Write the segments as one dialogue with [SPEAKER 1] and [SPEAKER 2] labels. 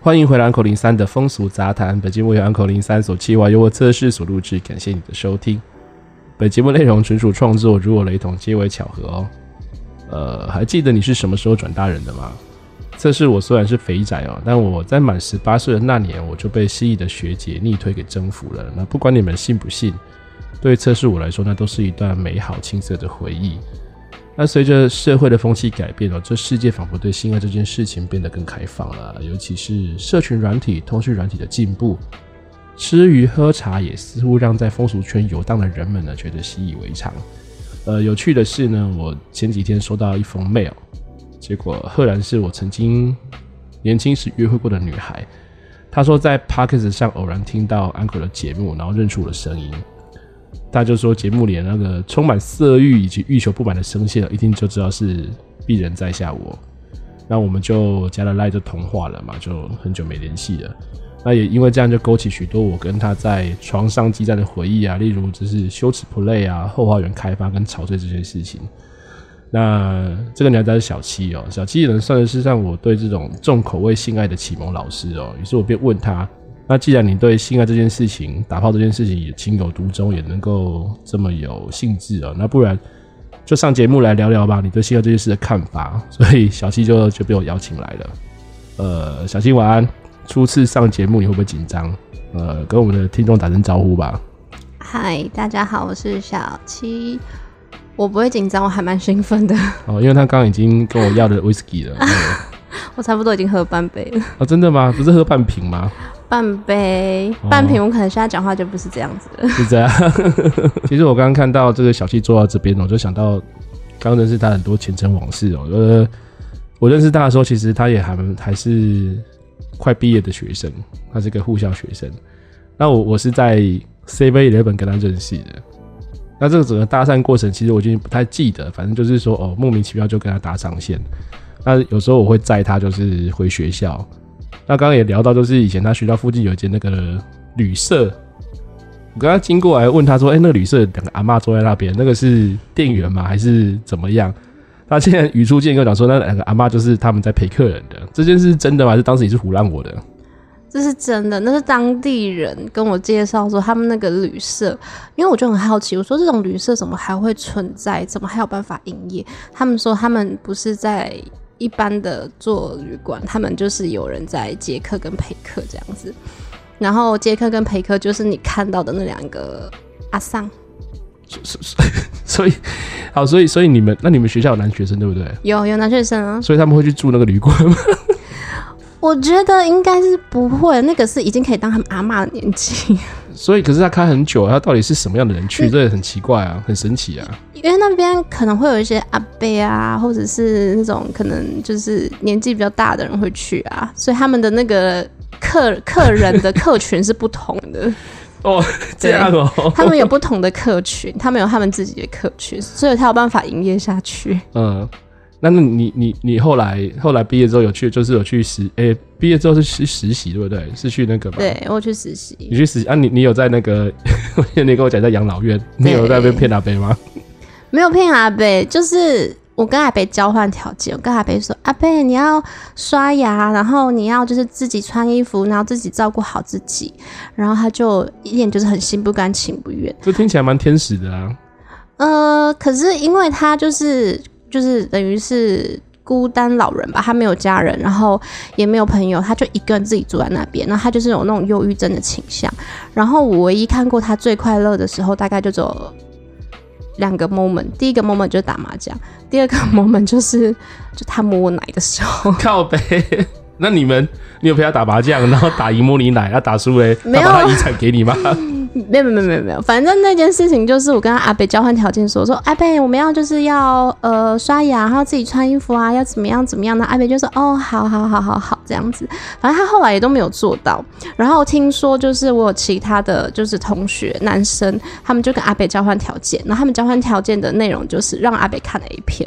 [SPEAKER 1] 欢迎回来 Uncle 零三的风俗杂谈。本节目由 Uncle 零三所企划，由我测试所录制，感谢你的收听。本节目内容纯属创作，如有雷同，皆为巧合哦。呃，还记得你是什么时候转大人的吗？测试我虽然是肥宅哦，但我在满十八岁的那年，我就被蜥蜴的学姐逆推给征服了。那不管你们信不信，对测试我来说，那都是一段美好青涩的回忆。那随着社会的风气改变哦，这世界仿佛对性爱这件事情变得更开放了，尤其是社群软体、通讯软体的进步，吃鱼喝茶也似乎让在风俗圈游荡的人们呢觉得习以为常。呃，有趣的是呢，我前几天收到一封 mail，结果赫然是我曾经年轻时约会过的女孩。她说在 p a c k e s 上偶然听到 uncle 的节目，然后认出我的声音。大家就说节目里的那个充满色欲以及欲求不满的声线，一听就知道是鄙人在下我。那我们就加了赖就同化了嘛，就很久没联系了。那也因为这样就勾起许多我跟他在床上激战的回忆啊，例如就是羞耻 play 啊、后花园开发跟潮醉这些事情。那这个娘家是小七哦，小七能算得是让我对这种重口味性爱的启蒙老师哦。于是我便问他：那既然你对性爱这件事情、打炮这件事情也情有独钟，也能够这么有兴致哦，那不然就上节目来聊聊吧，你对性爱这件事的看法。所以小七就就被我邀请来了。 呃，小七晚安。初次上节目你会不会紧张？呃，跟我们的听众打声招呼吧。
[SPEAKER 2] 嗨，大家好，我是小七。我不会紧张，我还蛮兴奋的。
[SPEAKER 1] 哦，因为他刚刚已经跟我要了 whisky 了。啊、
[SPEAKER 2] 我差不多已经喝半杯了。
[SPEAKER 1] 哦，真的吗？不是喝半瓶吗？
[SPEAKER 2] 半杯，半瓶，我可能现在讲话就不是这样子了。
[SPEAKER 1] 是这样。 其实我刚刚看到这个小七坐到这边，哦我就想到刚认识他很多前尘往事哦。呃，我认识他的时候，其实他也还还是。快毕业的学生，他是个护校学生。那我我是在 C V 日本跟他认识的。那这个整个搭讪过程，其实我已经不太记得，反正就是说哦，莫名其妙就跟他搭上线。那有时候我会载他，就是回学校。那刚刚也聊到，就是以前他学校附近有一间那个旅社，我刚刚经过来问他说：“哎、欸，那个旅社两个阿妈坐在那边，那个是店员吗？还是怎么样？”他现在语出见跟我讲说，那两个阿妈就是他们在陪客人的这件事是真的吗？还是当时你是胡乱我的？
[SPEAKER 2] 这是真的，那是当地人跟我介绍说他们那个旅社，因为我就很好奇，我说这种旅社怎么还会存在？怎么还有办法营业？他们说他们不是在一般的做旅馆，他们就是有人在接客跟陪客这样子，然后接客跟陪客就是你看到的那两个阿桑。
[SPEAKER 1] 所以，好，所以，所以你们，那你们学校有男学生对不对？
[SPEAKER 2] 有有男学生啊，
[SPEAKER 1] 所以他们会去住那个旅馆吗？
[SPEAKER 2] 我觉得应该是不会，那个是已经可以当他们阿妈的年纪。
[SPEAKER 1] 所以，可是他开很久，啊他到底是什么样的人去？这也很奇怪啊，很神奇啊。
[SPEAKER 2] 因为那边可能会有一些阿伯啊，或者是那种可能就是年纪比较大的人会去啊，所以他们的那个客客人的客群是不同 的。
[SPEAKER 1] 哦，这样哦，
[SPEAKER 2] 他们有不同的客群，他们有他们自己的客群，所以才有办法营业下去。
[SPEAKER 1] 嗯，那那你你你后来后来毕业之后有去，就是有去实，诶、欸，毕业之后是去实习对不对？是去那个吧？
[SPEAKER 2] 对，我去实习。
[SPEAKER 1] 你去实习啊？你你有在那个？ 你跟我讲在养老院，你有在被骗阿贝吗？
[SPEAKER 2] 没有骗阿贝，就是我跟阿贝交换条件，我跟阿贝说，阿贝你要刷牙，然后你要就是自己穿衣服，然后自己照顾好自己。然后他就一脸就是很心不甘情不愿，
[SPEAKER 1] 这听起来蛮天使的 啊。
[SPEAKER 2] 呃，可是因为他就是就是等于是孤单老人吧，他没有家人，然后也没有朋友，他就一个人自己住在那边。然后他就是有那种忧郁症的倾向。然后我唯一看过他最快乐的时候，大概就只有两个 moment。第一个 moment 就是打麻将，第二个 moment 就是就他摸我奶的时候。
[SPEAKER 1] 靠背。 那你们，你有陪他打麻将，然后打赢摸你奶，他打输嘞，
[SPEAKER 2] 没有
[SPEAKER 1] 他把他遗产给你吗？
[SPEAKER 2] 没有没有没有没有，反正那件事情就是我跟阿北交换条件说说阿北我们要就是要呃刷牙，然后自己穿衣服啊，要怎么样怎么样呢？阿北就说哦好好好好好这样子，反正他后来也都没有做到。然后听说就是我有其他的就是同学男生，他们就跟阿北交换条件，然后他们交换条件的内容就是让阿北看 A 片。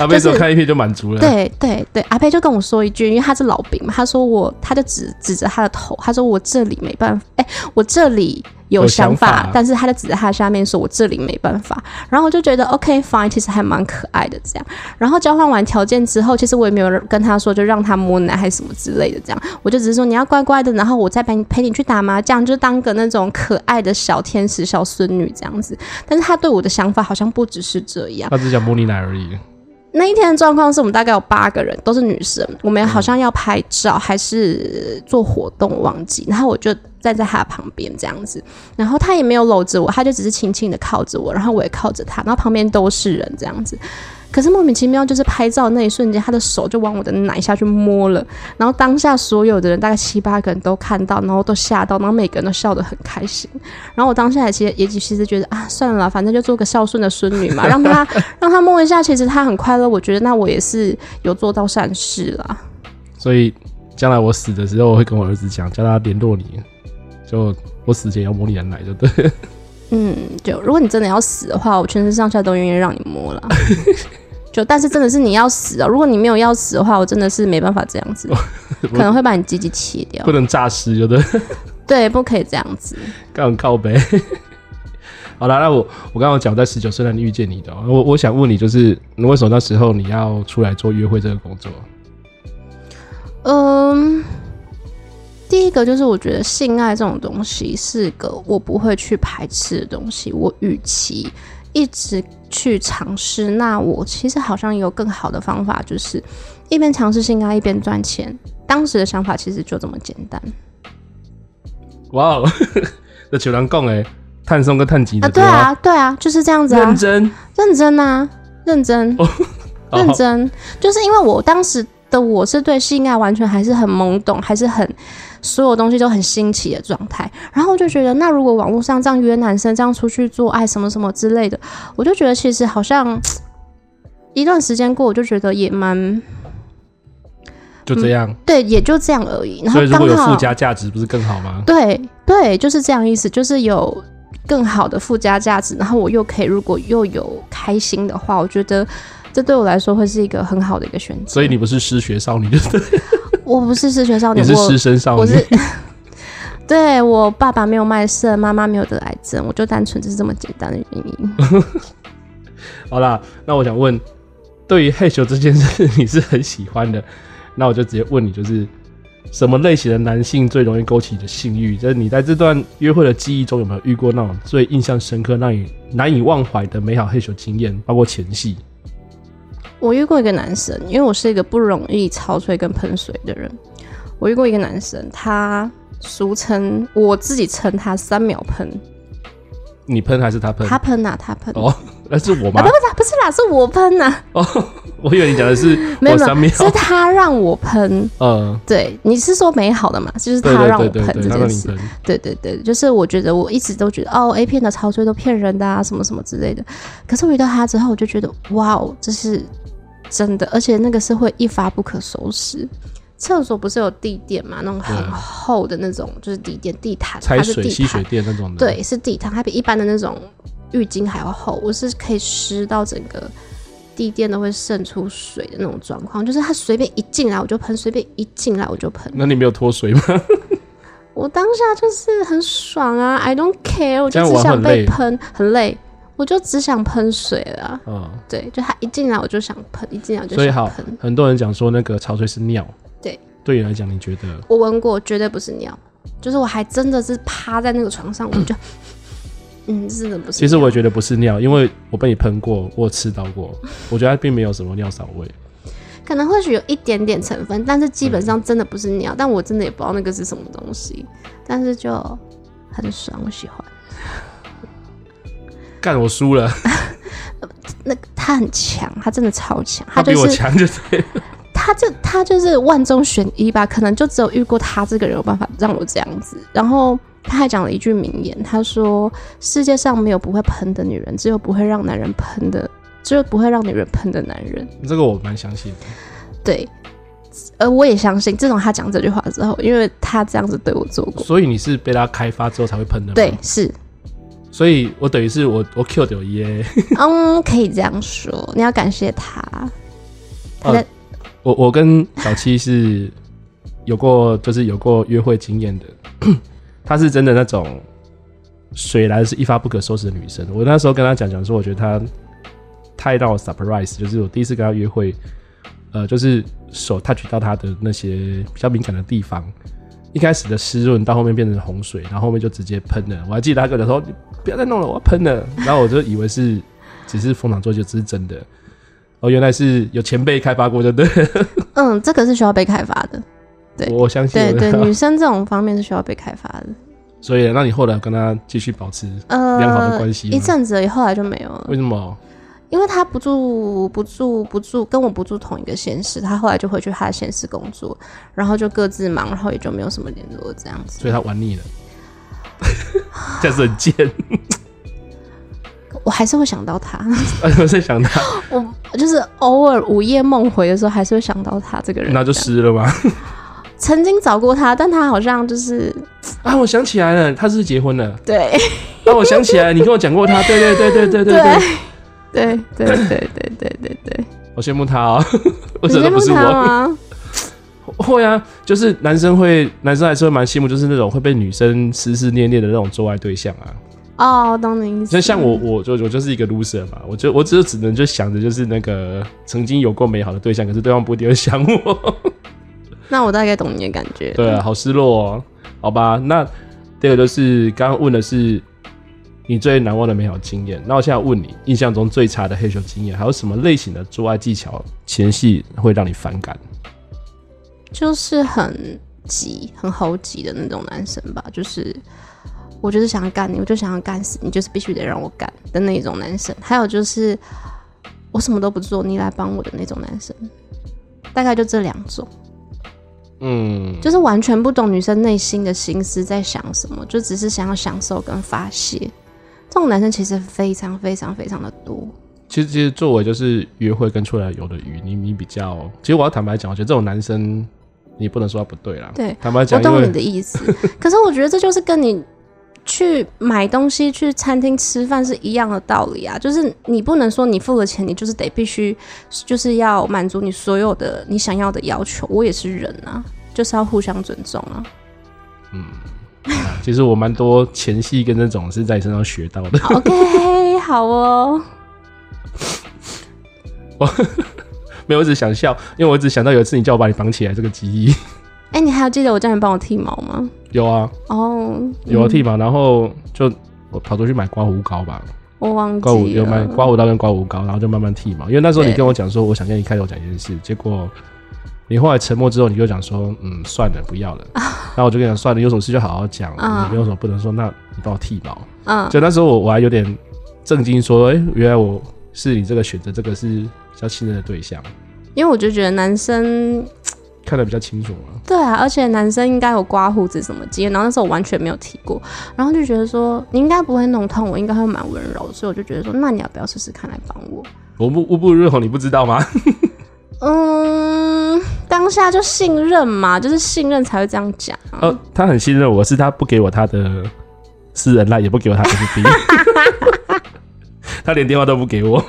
[SPEAKER 1] 阿贝说看一片就满足了。
[SPEAKER 2] 对对对，阿佩就跟我说一句，因为他是老兵嘛，他说我，他就指指着他的头，他说我这里没办法，哎、我这里有
[SPEAKER 1] 有
[SPEAKER 2] 想
[SPEAKER 1] 想
[SPEAKER 2] 法，
[SPEAKER 1] 法
[SPEAKER 2] 但是他就指着他的下面说，我这里没办法。然后我就觉得 OK fine，其实还蛮可爱的这样。然后交换完条件之后，其实我也没有跟他说就让他摸奶还是什么之类的这样，我就只是说你要乖乖的，然后我再陪你陪你去打麻将，就当个那种可爱的小天使、小孙女这样子。但是他对我的想法好像不只是这样。
[SPEAKER 1] 他只想摸你奶而已。
[SPEAKER 2] 那一天的状况是我们大概有八个人，都是女生，我们好像要拍照还是做活动，我忘记。然后我就站在他旁边这样子，然后他也没有搂着我，他就只是轻轻的靠着我，然后我也靠着他，然后旁边都是人这样子。可是莫名其妙，就是拍照那一瞬间，他的手就往我的奶下去摸了，然后当下所有的人大概七八个人都看到，然后都吓到，然后每个人都笑得很开心。然后我当下也其实也其实觉得啊，算了啦，反正就做个孝顺的孙女嘛，让他让他摸一下，其实他很快乐。我觉得那我也是有做到善事啦。
[SPEAKER 1] 所以将来我死的时候，我会跟我儿子讲，叫他联络你，就我死前要摸你的奶，就对。
[SPEAKER 2] 嗯，就如果你真的要死的话，我全身上下都愿意让你摸 啦。就但是真的是你要死哦，如果你没有要死的话，我真的是没办法这样 子，可能会把你鸡鸡切掉
[SPEAKER 1] 不。能诈尸，就对。
[SPEAKER 2] 对，不可以这样子。
[SPEAKER 1] 刚靠背。 好啦，那我我刚刚讲我在十九岁那里遇见你的哦、我我想问你，就是你为什么那时候你要出来做约会这个工作？
[SPEAKER 2] 嗯，第一个就是我觉得性爱这种东西是个我不会去排斥的东西。我与其一直去尝试，那我其实好像有更好的方法，就是一边尝试性爱一边赚钱。当时的想法其实就这么简单
[SPEAKER 1] 哇哦， 这九郎共哎，碳松跟碳基
[SPEAKER 2] 啊！
[SPEAKER 1] 的
[SPEAKER 2] 对啊，对啊，就是这样子
[SPEAKER 1] 对吧，
[SPEAKER 2] 啊
[SPEAKER 1] 认，真，哦
[SPEAKER 2] 认真啊，认真。
[SPEAKER 1] 好
[SPEAKER 2] 认真，就是因为我当时的我是对性爱完全还是很懵懂，还是很所有东西都很新奇的状态。然后我就觉得，那如果网络上这样约男生，这样出去做爱什么什么之类的，我就觉得其实好像一段时间过，我就觉得也蛮
[SPEAKER 1] 就这样。
[SPEAKER 2] 对，也就这样而已。然后
[SPEAKER 1] 所以如
[SPEAKER 2] 嗯刚
[SPEAKER 1] 果有
[SPEAKER 2] 好
[SPEAKER 1] 附加价值，不是更好吗？
[SPEAKER 2] 对对，就是这样意思，就是有更好的附加价值，然后我又可以如果又有开心的话，我觉得这对我来说会是一个很好的一个选择。
[SPEAKER 1] 所以你不是失学少女，就是
[SPEAKER 2] 我不是失学少
[SPEAKER 1] 你
[SPEAKER 2] 年，
[SPEAKER 1] 是
[SPEAKER 2] 哦我
[SPEAKER 1] 失身少
[SPEAKER 2] 我
[SPEAKER 1] 女
[SPEAKER 2] 是。 对我爸爸没有卖肾，妈妈没有得癌症，我就单纯就是这么简单的原 因。
[SPEAKER 1] 好啦，那我想问，对于害羞这件事，你是很喜欢的，那我就直接问你，就是什么类型的男性最容易勾起你的性欲？就是你在这段约会的记忆中，有没有遇过那种最印象深刻、让你难以忘怀的美好害羞经验，包括前戏？
[SPEAKER 2] 我遇过一个男生，因为我是一个不容易潮吹跟喷水的人。我遇过一个男生，他俗称我自己称他三秒喷，
[SPEAKER 1] 你喷还是他喷？
[SPEAKER 2] 他喷呐、他喷、
[SPEAKER 1] 哦，那是我
[SPEAKER 2] 啊，
[SPEAKER 1] 吗
[SPEAKER 2] 不？是啊不是啦，是我喷呐、啊
[SPEAKER 1] 哦，我以为你讲的是
[SPEAKER 2] 没
[SPEAKER 1] 我
[SPEAKER 2] 有没
[SPEAKER 1] 哦三秒
[SPEAKER 2] 有，。是他让我喷。
[SPEAKER 1] 呃，
[SPEAKER 2] 对，你是说美好的嘛？就是
[SPEAKER 1] 对
[SPEAKER 2] 他让我
[SPEAKER 1] 对对
[SPEAKER 2] 喷
[SPEAKER 1] 对对，
[SPEAKER 2] 这
[SPEAKER 1] 他让
[SPEAKER 2] 件
[SPEAKER 1] 你
[SPEAKER 2] 事。
[SPEAKER 1] 喷，
[SPEAKER 2] 对对对，就是我觉得我一直都觉得哦，A 片的潮吹都骗人的啊，什么什么之类的。可是我遇到他之后，我就觉得哇哦，这是真的，而且那个是会一发不可收拾。厕所不是有地垫嘛，那种很
[SPEAKER 1] 对
[SPEAKER 2] 厚的那种，就是地垫地毯，
[SPEAKER 1] 拆
[SPEAKER 2] 它是
[SPEAKER 1] 水、
[SPEAKER 2] 地
[SPEAKER 1] 吸水
[SPEAKER 2] 毯，
[SPEAKER 1] 垫那种的。，
[SPEAKER 2] 对，是地毯，它比一般的那种浴巾还要厚，我是可以湿到整个。地垫都会渗出水的那种状况，就是它随便一进来我就喷，随便一进来我就喷。
[SPEAKER 1] 那你没有脱水吗？
[SPEAKER 2] 我当下就是很爽啊，I don't care，我
[SPEAKER 1] 这
[SPEAKER 2] 就
[SPEAKER 1] 样
[SPEAKER 2] 只
[SPEAKER 1] 玩
[SPEAKER 2] 想
[SPEAKER 1] 很
[SPEAKER 2] 被
[SPEAKER 1] 累
[SPEAKER 2] 喷，很累，我就只想喷水了啊。
[SPEAKER 1] 嗯。
[SPEAKER 2] 对，就他一进来我就想喷，一进来我就
[SPEAKER 1] 所以
[SPEAKER 2] 想
[SPEAKER 1] 好
[SPEAKER 2] 喷。，
[SPEAKER 1] 很多人讲说那个潮水是尿，
[SPEAKER 2] 对，
[SPEAKER 1] 对你来讲，你觉得
[SPEAKER 2] 我闻过，绝对不是尿，就是我还真的是趴在那个床上，我 就，嗯，真的不是。
[SPEAKER 1] 其实我也觉得不是尿，因为我被你喷过，我有吃到 过，我觉得它并没有什么尿骚味。
[SPEAKER 2] 可能或许有一点点成分，但是基本上真的不是尿，但我真的也不知道那个是什么东西，但是就很爽，我喜欢。
[SPEAKER 1] 干，我输了，
[SPEAKER 2] 那个他很强， 他真的超强，
[SPEAKER 1] 他
[SPEAKER 2] 就
[SPEAKER 1] 比我
[SPEAKER 2] 是
[SPEAKER 1] 强，就对。
[SPEAKER 2] 他这他就是万中选一吧，可能就只有遇过他这个人有办法让我这样子。然后他还讲了一句名言，他说：“世界上没有不会喷的女人，只有不会让男人喷的，只有不会让女人喷的男人。
[SPEAKER 1] 这个我蛮相信的。”
[SPEAKER 2] 对，呃，我也相信。自从他讲这句话之后，因为他这样子对我做过，
[SPEAKER 1] 所以你是被它开发之后才会喷的吗？
[SPEAKER 2] 对，，是，所
[SPEAKER 1] 所以我等于是我我 Q 掉耶，
[SPEAKER 2] 嗯，可以这样说，你要感谢他。他在、
[SPEAKER 1] 我我跟小七是有过，就是有过约会经验的。她是真的那种水来是一发不可收拾的女生。我那时候跟她讲讲说，我觉得她太让我 surprise，就是我第一次跟她约会，呃，就是手 touch 到她的那些比较敏感的地方。一开始的湿润，到后面变成洪水，然后后面就直接喷了。我还记得她跟我讲说：“你不要再弄了，我要喷了。”然后我就以为是只是逢场作秀，这是真的。哦，原来是有前辈开发过，对不对？
[SPEAKER 2] 嗯，这个是需要被开发的。对
[SPEAKER 1] 我相信
[SPEAKER 2] 对
[SPEAKER 1] 有
[SPEAKER 2] 对，
[SPEAKER 1] 的
[SPEAKER 2] 女生这种方面是需要被开发的。
[SPEAKER 1] 所以，那你后来跟他继续保持
[SPEAKER 2] 呃，
[SPEAKER 1] 良好的关系吗
[SPEAKER 2] 一阵子以后来就没有了，
[SPEAKER 1] 为什么？
[SPEAKER 2] 因为他不住不住不住跟我不住同一个县市，他后来就回去他的县市工作，然后就各自忙，然后也就没有什么联络这样子。
[SPEAKER 1] 所以他玩腻 了，这样子很贱。
[SPEAKER 2] 我还是会想到他，
[SPEAKER 1] 哎我在想他，
[SPEAKER 2] 我就是偶尔午夜梦回的时候，还是会想到他这个人。
[SPEAKER 1] 那就
[SPEAKER 2] 这样
[SPEAKER 1] 湿了吧？
[SPEAKER 2] 曾经找过他，但他好像就是
[SPEAKER 1] 啊，我想起来了，他是不是结婚了。
[SPEAKER 2] 对
[SPEAKER 1] 啊，我想起来了，你跟我讲过他，对对对对对对对，
[SPEAKER 2] 对对对对对对对，
[SPEAKER 1] 我羡慕他哦， 为
[SPEAKER 2] 你
[SPEAKER 1] 什么
[SPEAKER 2] 羡
[SPEAKER 1] 都不
[SPEAKER 2] 慕
[SPEAKER 1] 是
[SPEAKER 2] 他
[SPEAKER 1] 我？
[SPEAKER 2] 吗？
[SPEAKER 1] 会啊，就是男生会，男生还是会蛮羡慕，就是那种会被女生思思念念的那种做爱对象啊。
[SPEAKER 2] 哦，懂你意思。
[SPEAKER 1] 就像我，我就我就是一个 loser 嘛，我就我只是只能就想着就是那个曾经有过美好的对象，可是对方不一定会想我。
[SPEAKER 2] 那我大概懂你的感觉。
[SPEAKER 1] 对啊，好失落哦。好吧，那这个就是刚刚问的是你最难忘的美好经验。那我现在问你，印象中最差的黑球经验，还有什么类型的做爱技巧前戏会让你反感？
[SPEAKER 2] 就是很急、很猴急的那种男生吧，就是我就是想要干你，我就想要干死你，就是必须得让我干的那种男生。还有就是我什么都不做，你来帮我的那种男生，大概就这两种，
[SPEAKER 1] 嗯，
[SPEAKER 2] 就是完全不懂女生内心的心思在想什么，就只是想要享受跟发泄。这种男生其实非常非常非常的多，
[SPEAKER 1] 其实其实作为就是约会跟出来游的鱼，你你比较，其实我要坦白讲，我觉得这种男生你不能说他不对啦。
[SPEAKER 2] 对
[SPEAKER 1] 坦白
[SPEAKER 2] 我
[SPEAKER 1] 讲，因
[SPEAKER 2] 懂你
[SPEAKER 1] 为
[SPEAKER 2] 的意思， 可是我觉得这就是跟你去买东西、去餐厅吃饭是一样的道理啊。就是你不能说你付了钱，你就是得必须就是要满足你所有的你想要的要求。我也是人啊，就是要互相尊重 啊。
[SPEAKER 1] 其实我蛮多前戏跟这种是在你身上学到的。
[SPEAKER 2] 好 OK，好哦，
[SPEAKER 1] 没有，我只想笑，因为我只想到有一次你叫我把你绑起来这个记忆。
[SPEAKER 2] 哎、你还有记得我叫你帮我剃毛吗？
[SPEAKER 1] 有啊，
[SPEAKER 2] 哦，
[SPEAKER 1] 有啊，剃毛，然后就我跑出去买刮胡膏吧，
[SPEAKER 2] 嗯我忘
[SPEAKER 1] 刮胡
[SPEAKER 2] 记
[SPEAKER 1] 有买
[SPEAKER 2] 了。
[SPEAKER 1] 刮胡刀跟刮胡膏，然后就慢慢剃毛。因为那时候你
[SPEAKER 2] 对
[SPEAKER 1] 跟我讲说，我想跟你开头讲一件事，结果你后来沉默之后，你就讲说，嗯，算了，不要 了。然后我就跟你讲，算了，有什么事就好好讲，
[SPEAKER 2] 啊
[SPEAKER 1] 你没有什么不能说，那你帮我剃毛。
[SPEAKER 2] 嗯，
[SPEAKER 1] 就那时候我我还有点震惊，说，哎、原来我是你这个选择，这个是比较信任的对象，
[SPEAKER 2] 因为我就觉得男生
[SPEAKER 1] 看得比较清楚嘛。
[SPEAKER 2] 对啊，而且男生应该有刮胡子什么经验，然后那时候我完全没有提过，然后就觉得说你应该不会弄痛我，应该会蛮温柔，所以我就觉得说，那你要不要试试看来帮我？
[SPEAKER 1] 我不我不入红，你不知道 吗？
[SPEAKER 2] 嗯，当下就信任嘛，就是信任才会这样讲啊、
[SPEAKER 1] 呃，他很信任我，是他不给我他的私人赖，也不给我他 FB，他 连电话都不给我。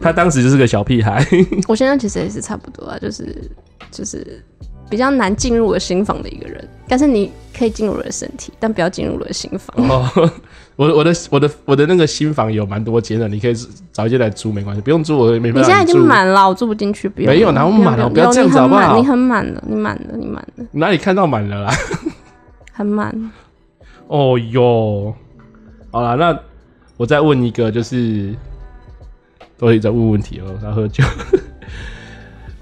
[SPEAKER 1] 他当时就是个小屁孩，
[SPEAKER 2] 我现在其实也是差不多啊，就是就是比较难进入我的心房的一个人，但是你可以进入我的身体，但不要进入我的心房。
[SPEAKER 1] 哦， 我我的我的我的那个新房有蛮多间的，你可以找一间来租，没关系，不用租我也没
[SPEAKER 2] 你
[SPEAKER 1] 办
[SPEAKER 2] 现
[SPEAKER 1] 法。
[SPEAKER 2] 在已经，满了，我住不进去，不用
[SPEAKER 1] 没有哪有满啊
[SPEAKER 2] 不
[SPEAKER 1] 不要
[SPEAKER 2] 用
[SPEAKER 1] 这样子好不好
[SPEAKER 2] 你很满你很满了，你满了，你满了，
[SPEAKER 1] 哪里看到满了啦？啊
[SPEAKER 2] 很满。
[SPEAKER 1] 哦哟，好啦，那我再问一个，就是都一直在问问题哦，他喝酒。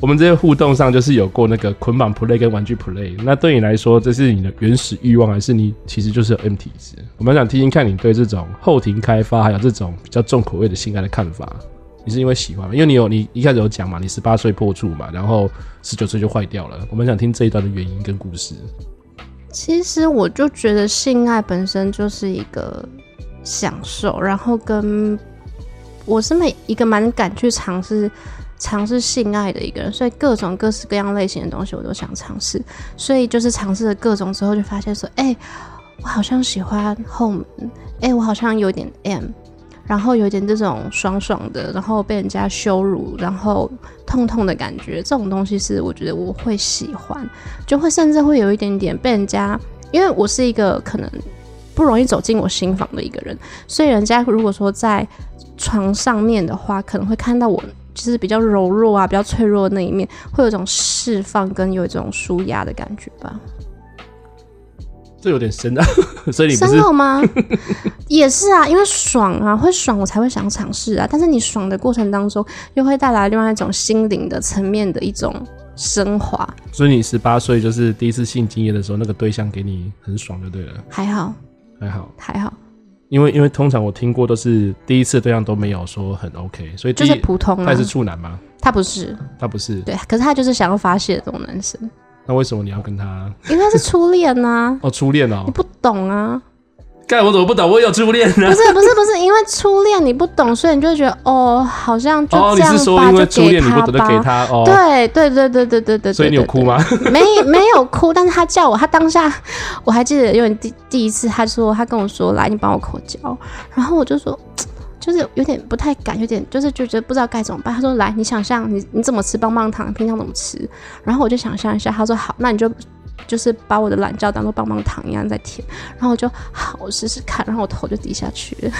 [SPEAKER 1] 我们这些互动上就是有过那个捆绑 play 跟玩具 play，那对你来说，这是你的原始欲望，还是你其实就是有 M 体质？我们想听听看你对这种后庭开发，还有这种比较重口味的性爱的看法。你是因为喜欢吗？因为你有你一开始有讲嘛，你十八岁破处嘛，然后十九岁就坏掉了。我们想听这一段的原因跟故事。
[SPEAKER 2] 其实我就觉得性爱本身就是一个享受，然后跟我是每一个蛮敢去尝试尝试性爱的一个人，所以各种各式各样类型的东西我都想尝试，所以就是尝试了各种之后，就发现说，哎、我好像喜欢后门，哎、我好像有点 M。然后有点这种爽爽的，然后被人家羞辱，然后痛痛的感觉，这种东西是我觉得我会喜欢，就会甚至会有一点点被人家，因为我是一个可能不容易走进我心房的一个人，所以人家如果说在床上面的话，可能会看到我就是比较柔弱啊、比较脆弱的那一面，会有一种释放跟有一种舒压的感觉吧。
[SPEAKER 1] 这有点深啊， 所以你不
[SPEAKER 2] 深
[SPEAKER 1] 是
[SPEAKER 2] 奥吗？ 也是啊，因为爽啊，会爽我才会想尝试啊。但是你爽的过程当中，又会带来另外一种心灵的层面的一种升华，
[SPEAKER 1] 所以你十八岁就是第一次性经验的时候，那个对象给你很爽就对了，
[SPEAKER 2] 还好
[SPEAKER 1] 还好，
[SPEAKER 2] 还好，
[SPEAKER 1] 因为因为通常我听过都是第一次对象都没有说很 OK，所以第
[SPEAKER 2] 就
[SPEAKER 1] 一
[SPEAKER 2] 是普通
[SPEAKER 1] 他
[SPEAKER 2] 啊
[SPEAKER 1] 也。是处男吗？
[SPEAKER 2] 他不是，
[SPEAKER 1] 他不是，
[SPEAKER 2] 对，可是他就是想要发泄的这种男生，
[SPEAKER 1] 那为什么你要跟他？
[SPEAKER 2] 因为他是初恋 呐、
[SPEAKER 1] 哦，初恋哦
[SPEAKER 2] 你，不懂啊。
[SPEAKER 1] 干我怎么不懂？我有初恋呢、
[SPEAKER 2] 不是不是不是，因为初恋你不懂，所以你就会觉得哦，好像 就
[SPEAKER 1] 哦，
[SPEAKER 2] 这
[SPEAKER 1] 你
[SPEAKER 2] 样
[SPEAKER 1] 是说
[SPEAKER 2] 吧，
[SPEAKER 1] 因为
[SPEAKER 2] 就
[SPEAKER 1] 初
[SPEAKER 2] 给
[SPEAKER 1] 恋你
[SPEAKER 2] 他
[SPEAKER 1] 不得
[SPEAKER 2] 吧。
[SPEAKER 1] 给他哦？
[SPEAKER 2] 对对对对对对对，
[SPEAKER 1] 所以你有
[SPEAKER 2] 对
[SPEAKER 1] 哭？吗？
[SPEAKER 2] 对没没有哭，但是他叫我，他当下我还记得，因为第第一次他说他跟我说来，你帮我口交，然后我就说。就是有点不太敢，有点就是就觉得不知道该怎么办。他说：“来，你想象你你怎么吃棒棒糖，平常怎么吃？”然后我就想象一下，他说：“好，那你就就是把我的懒觉当做棒棒糖一样在舔。”然后我就好，我试试看。然后我头就低下去 了，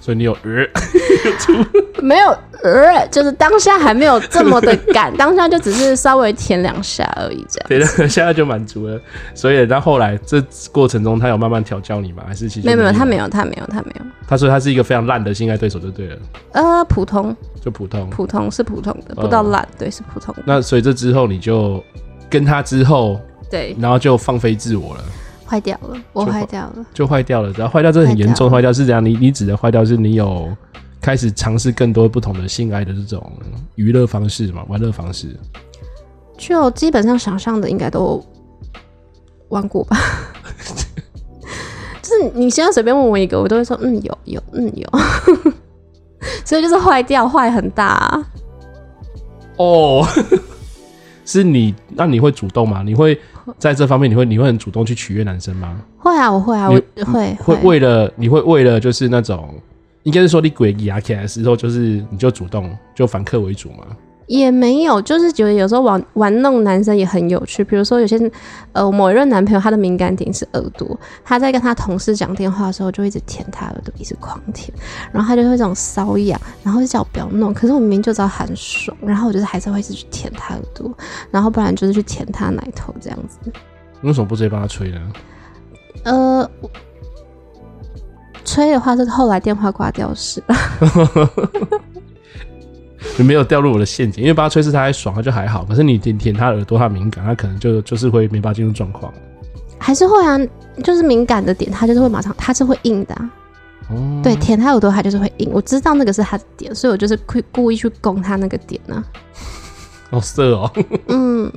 [SPEAKER 1] 所以你有呃，
[SPEAKER 2] 没有，呃，就是当下还没有这么的敢，当下就只是稍微舔两下而已，这样。
[SPEAKER 1] 对的， 现在就满足了。所以，然后后来这过程中，他有慢慢调教你吗？还是其实
[SPEAKER 2] 没有没有，他没
[SPEAKER 1] 有？
[SPEAKER 2] 有，他没有，他没有。
[SPEAKER 1] 他说他是一个非常烂的性爱对手，就对了，
[SPEAKER 2] 呃，普通，
[SPEAKER 1] 就普通。
[SPEAKER 2] 普通是普通的，
[SPEAKER 1] 哦
[SPEAKER 2] 不到烂，对，是普通的。
[SPEAKER 1] 那所以这之后，你就跟他之后，
[SPEAKER 2] 对，
[SPEAKER 1] 然后就放飞自我了，
[SPEAKER 2] 坏掉了，我
[SPEAKER 1] 就
[SPEAKER 2] 坏掉了。
[SPEAKER 1] 就坏掉了。然后坏掉，这很严重。坏掉是这样，你你指的坏掉是你有开始尝试更多不同的性爱的这种娱乐方式嘛，玩乐方式。
[SPEAKER 2] 就基本上想象的应该都玩过吧。 就是你现在随便问我一个，我都会说嗯有有嗯有， 所以就是坏掉，坏很大、啊。
[SPEAKER 1] 哦， 是你，那你会主动吗？你会在这方面，你会你会很主动去取悦男生吗？
[SPEAKER 2] 会啊，我会啊，
[SPEAKER 1] 你
[SPEAKER 2] 我会
[SPEAKER 1] 会为了你会为了就是那种，应该是说你鬼牙起来的时候，就是你就主动就反客为主嘛。
[SPEAKER 2] 也没有，就是觉得有时呃候玩玩弄男生也很有趣。比如说有些呃某一任男朋友，他的敏感点是耳朵，他在跟他同事讲电话的时候，就一直舔他耳朵，一直狂舔，然后他就会这种瘙痒，然后就叫我不要弄。哎可是我明明就知道很爽，然后我就是还是会一直去舔他耳朵，然后不然就是去舔他奶头这样子。
[SPEAKER 1] 你为什么不直接帮他吹呢？
[SPEAKER 2] 呃，我吹的话是后来电话挂掉是，
[SPEAKER 1] 你没有掉入我的陷阱，因为帮他吹是他还爽，他就还好。可是你舔舔他耳朵，他敏感，他可能就就是会没办法进入状况。
[SPEAKER 2] 还是会啊，就是敏感的点，他就是会马上，他是会硬的、啊。
[SPEAKER 1] 哦，
[SPEAKER 2] 对，舔他耳朵，他就是会硬。我知道那个是他的点，所以我就是故故意去攻他那个点呢、
[SPEAKER 1] 好色哦，
[SPEAKER 2] 嗯，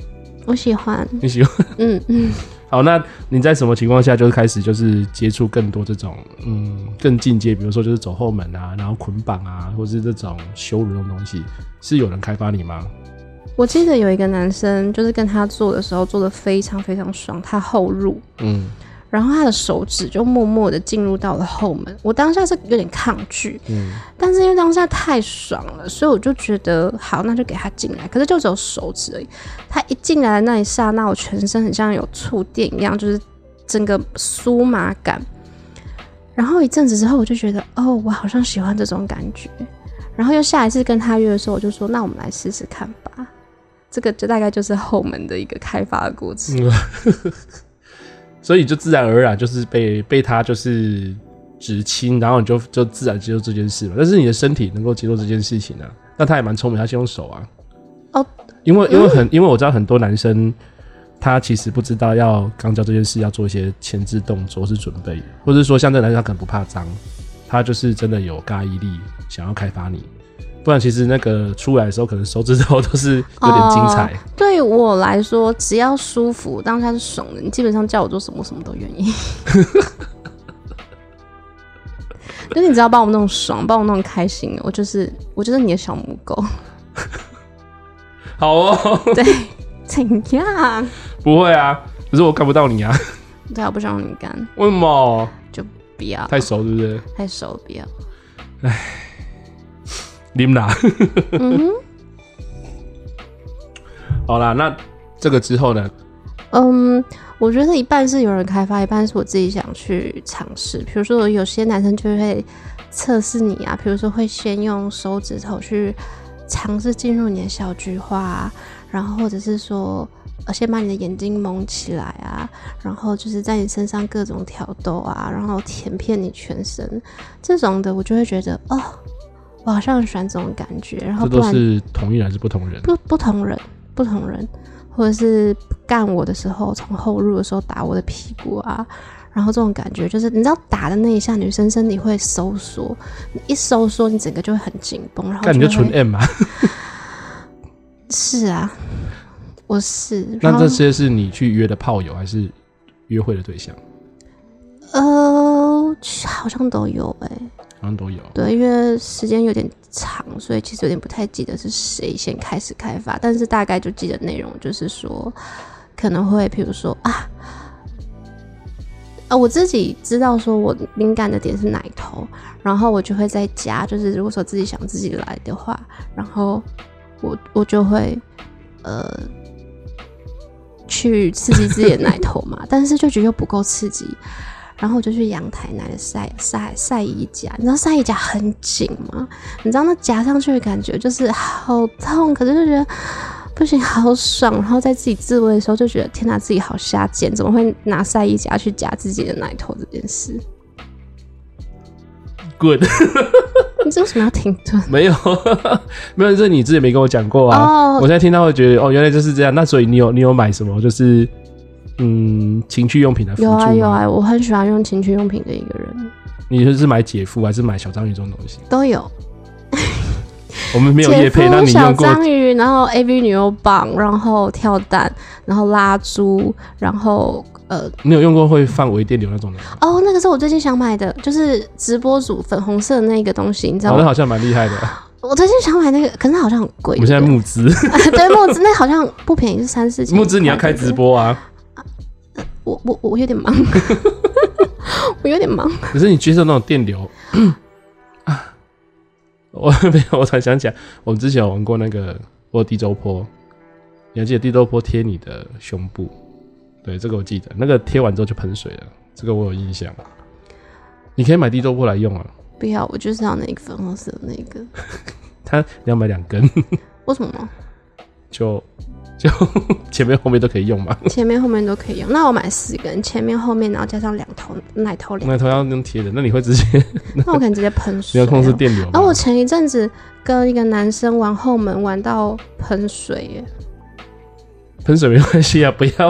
[SPEAKER 2] 我喜欢。
[SPEAKER 1] 你喜欢？
[SPEAKER 2] 嗯嗯，
[SPEAKER 1] 好，那你在什么情况下就开始就是接触更多这种嗯更进阶，比如说就是走后门啊，然后捆绑啊，或是这种羞辱这种东西，是有人开发你吗？
[SPEAKER 2] 我记得有一个男生，就是跟他做的时候做的非常非常爽，他后入，
[SPEAKER 1] 嗯，
[SPEAKER 2] 然后他的手指就默默的进入到了后门。我当下是有点抗拒，
[SPEAKER 1] 嗯
[SPEAKER 2] 但是因为当下太爽了，所以我就觉得好，那就给他进来。可是就只有手指而已，他一进来的那一刹那，我全身很像有触电一样，就是整个酥麻感。然后一阵子之后，我就觉得哦，我好像喜欢这种感觉。然后又下一次跟他约的时候，我就说那我们来试试看吧。这个就大概就是后门的一个开发的过程。
[SPEAKER 1] 嗯 所以就自然而然就是被被他就是指亲，然后你就就自然接受这件事嘛。但是你的身体能够接受这件事情啊，那他也蛮聪明，他先用手啊。
[SPEAKER 2] 哦，
[SPEAKER 1] 因为因为很、因为我知道很多男生他其实不知道要肛交这件事要做一些前置动作是准备，或者说像这个男生他可能不怕脏，他就是真的有尬毅力想要开发你。不然其实那个出来的时候，可能手指头都是有点精彩。
[SPEAKER 2] 对于我来说，只要舒服，当下是爽的，你基本上叫我做什么，我什么都愿意。就是你只要把我弄爽，把我弄开心，我就是我就是你的小母狗，
[SPEAKER 1] 好哦，
[SPEAKER 2] 怎样？
[SPEAKER 1] 不会啊，可是我看不到你啊，
[SPEAKER 2] 对啊，我不想让你干，
[SPEAKER 1] 为什么？
[SPEAKER 2] 就不要
[SPEAKER 1] 太熟是不是？
[SPEAKER 2] 太熟，不要。
[SPEAKER 1] 你们啦，
[SPEAKER 2] 嗯哼，
[SPEAKER 1] 好啦，那这个之后呢？
[SPEAKER 2] 嗯，我觉得一半是有人开发，一半是我自己想去尝试。比如说，有些男生就会测试你啊，比如说会先用手指头去尝试进入你的小菊花、啊，然后或者是说。呃，先把你的眼睛蒙起来啊，然后就是在你身上各种挑逗啊，然后舔遍你全身，这种的我就会觉得哦，我好像很喜欢这种感觉。然后
[SPEAKER 1] 这
[SPEAKER 2] 不
[SPEAKER 1] 都
[SPEAKER 2] 然
[SPEAKER 1] 是同一人还是不同人？
[SPEAKER 2] 不不同人，不同人，或者是干我的时候，从后入的时候打我的屁股啊，然后这种感觉就是，你知道打的那一下，女生身体会收缩，你一收缩，你整个就会很紧绷，然后
[SPEAKER 1] 干你就
[SPEAKER 2] 会
[SPEAKER 1] 纯 M 啊？
[SPEAKER 2] 是啊，我是，
[SPEAKER 1] 那
[SPEAKER 2] 然后
[SPEAKER 1] 这些是你去约的炮友还是约会的对象？
[SPEAKER 2] 呃，好像都有哎、
[SPEAKER 1] 好像都有。
[SPEAKER 2] 对，因为时间有点长，所以其实有点不太记得是谁先开始开发，但是大概就记得内容，就是说可能会，比如说啊，啊，我自己知道说我敏感的点是哪一头，然后我就会在家，就是如果说自己想自己来的话，然后我我就会呃。去刺激自己的奶头嘛，但是就觉得又不够刺激，然后我就去阳台拿了晒晒晒衣夹，你知道晒衣夹很紧吗？你知道那夹上去的感觉就是好痛，可是就觉得不行，好爽。然后在自己自慰的时候就觉得天哪，自己好下贱，怎么会拿晒衣夹去夹自己的奶头这件事？
[SPEAKER 1] Good，
[SPEAKER 2] 你这为什么要停顿？
[SPEAKER 1] 没有 没有，这你之前没跟我讲过啊。
[SPEAKER 2] 哦
[SPEAKER 1] 我现在听到会觉得哦，原来就是这样。那所以你有你有买什么？就是嗯，情趣用品的辅助
[SPEAKER 2] 有
[SPEAKER 1] 吗
[SPEAKER 2] 啊有啊，我很喜欢用情趣用品的一个人，
[SPEAKER 1] 你就是买姐夫还是买小章鱼这种东西？
[SPEAKER 2] 都有。
[SPEAKER 1] 我们没有
[SPEAKER 2] 姐
[SPEAKER 1] 夜
[SPEAKER 2] 夫
[SPEAKER 1] 配，那你
[SPEAKER 2] 小
[SPEAKER 1] 用过？
[SPEAKER 2] 章鱼，然后 A V 女优棒，然后跳蛋，然后拉珠，然后呃
[SPEAKER 1] 你有用过会放微电流那种的吗？
[SPEAKER 2] 哦，那个是我最近想买的，就是直播组粉红色的那个东西，你知道
[SPEAKER 1] 哦，那
[SPEAKER 2] 吗？
[SPEAKER 1] 好像蛮厉 害的。
[SPEAKER 2] 我最近想买那个，可是好像很贵。
[SPEAKER 1] 我们现在
[SPEAKER 2] 对
[SPEAKER 1] 募资，
[SPEAKER 2] 不对对募资那好像不便宜，是三四 千。
[SPEAKER 1] 募资你要开直？播啊！
[SPEAKER 2] 我我我有点忙， 我有点忙。
[SPEAKER 1] 可是你接受那种 电流啊？我没有，我才想起来，我们之前有玩过那个我有地周坡，你还记得地周坡贴你的胸部？对，这个我记得，那个贴完之后就喷水了，这个我有印象。你可以买地周坡来用啊，
[SPEAKER 2] 不要，我就是要那个粉红色的那个。
[SPEAKER 1] 它你要买两根，
[SPEAKER 2] 为什么？
[SPEAKER 1] 就就 前面后面都可以用嘛。
[SPEAKER 2] 前面后面都可以用。那我买四根，前面后面，然后加上两头奶头 两，
[SPEAKER 1] 那同样用贴的，那你会直 接
[SPEAKER 2] 那我可能直接喷
[SPEAKER 1] 你
[SPEAKER 2] 水
[SPEAKER 1] 要
[SPEAKER 2] 啊哦。
[SPEAKER 1] 控制电流吗？
[SPEAKER 2] 然后我前一阵子跟一个男生玩后门，玩到喷水耶。
[SPEAKER 1] 喷水没关系啊，不要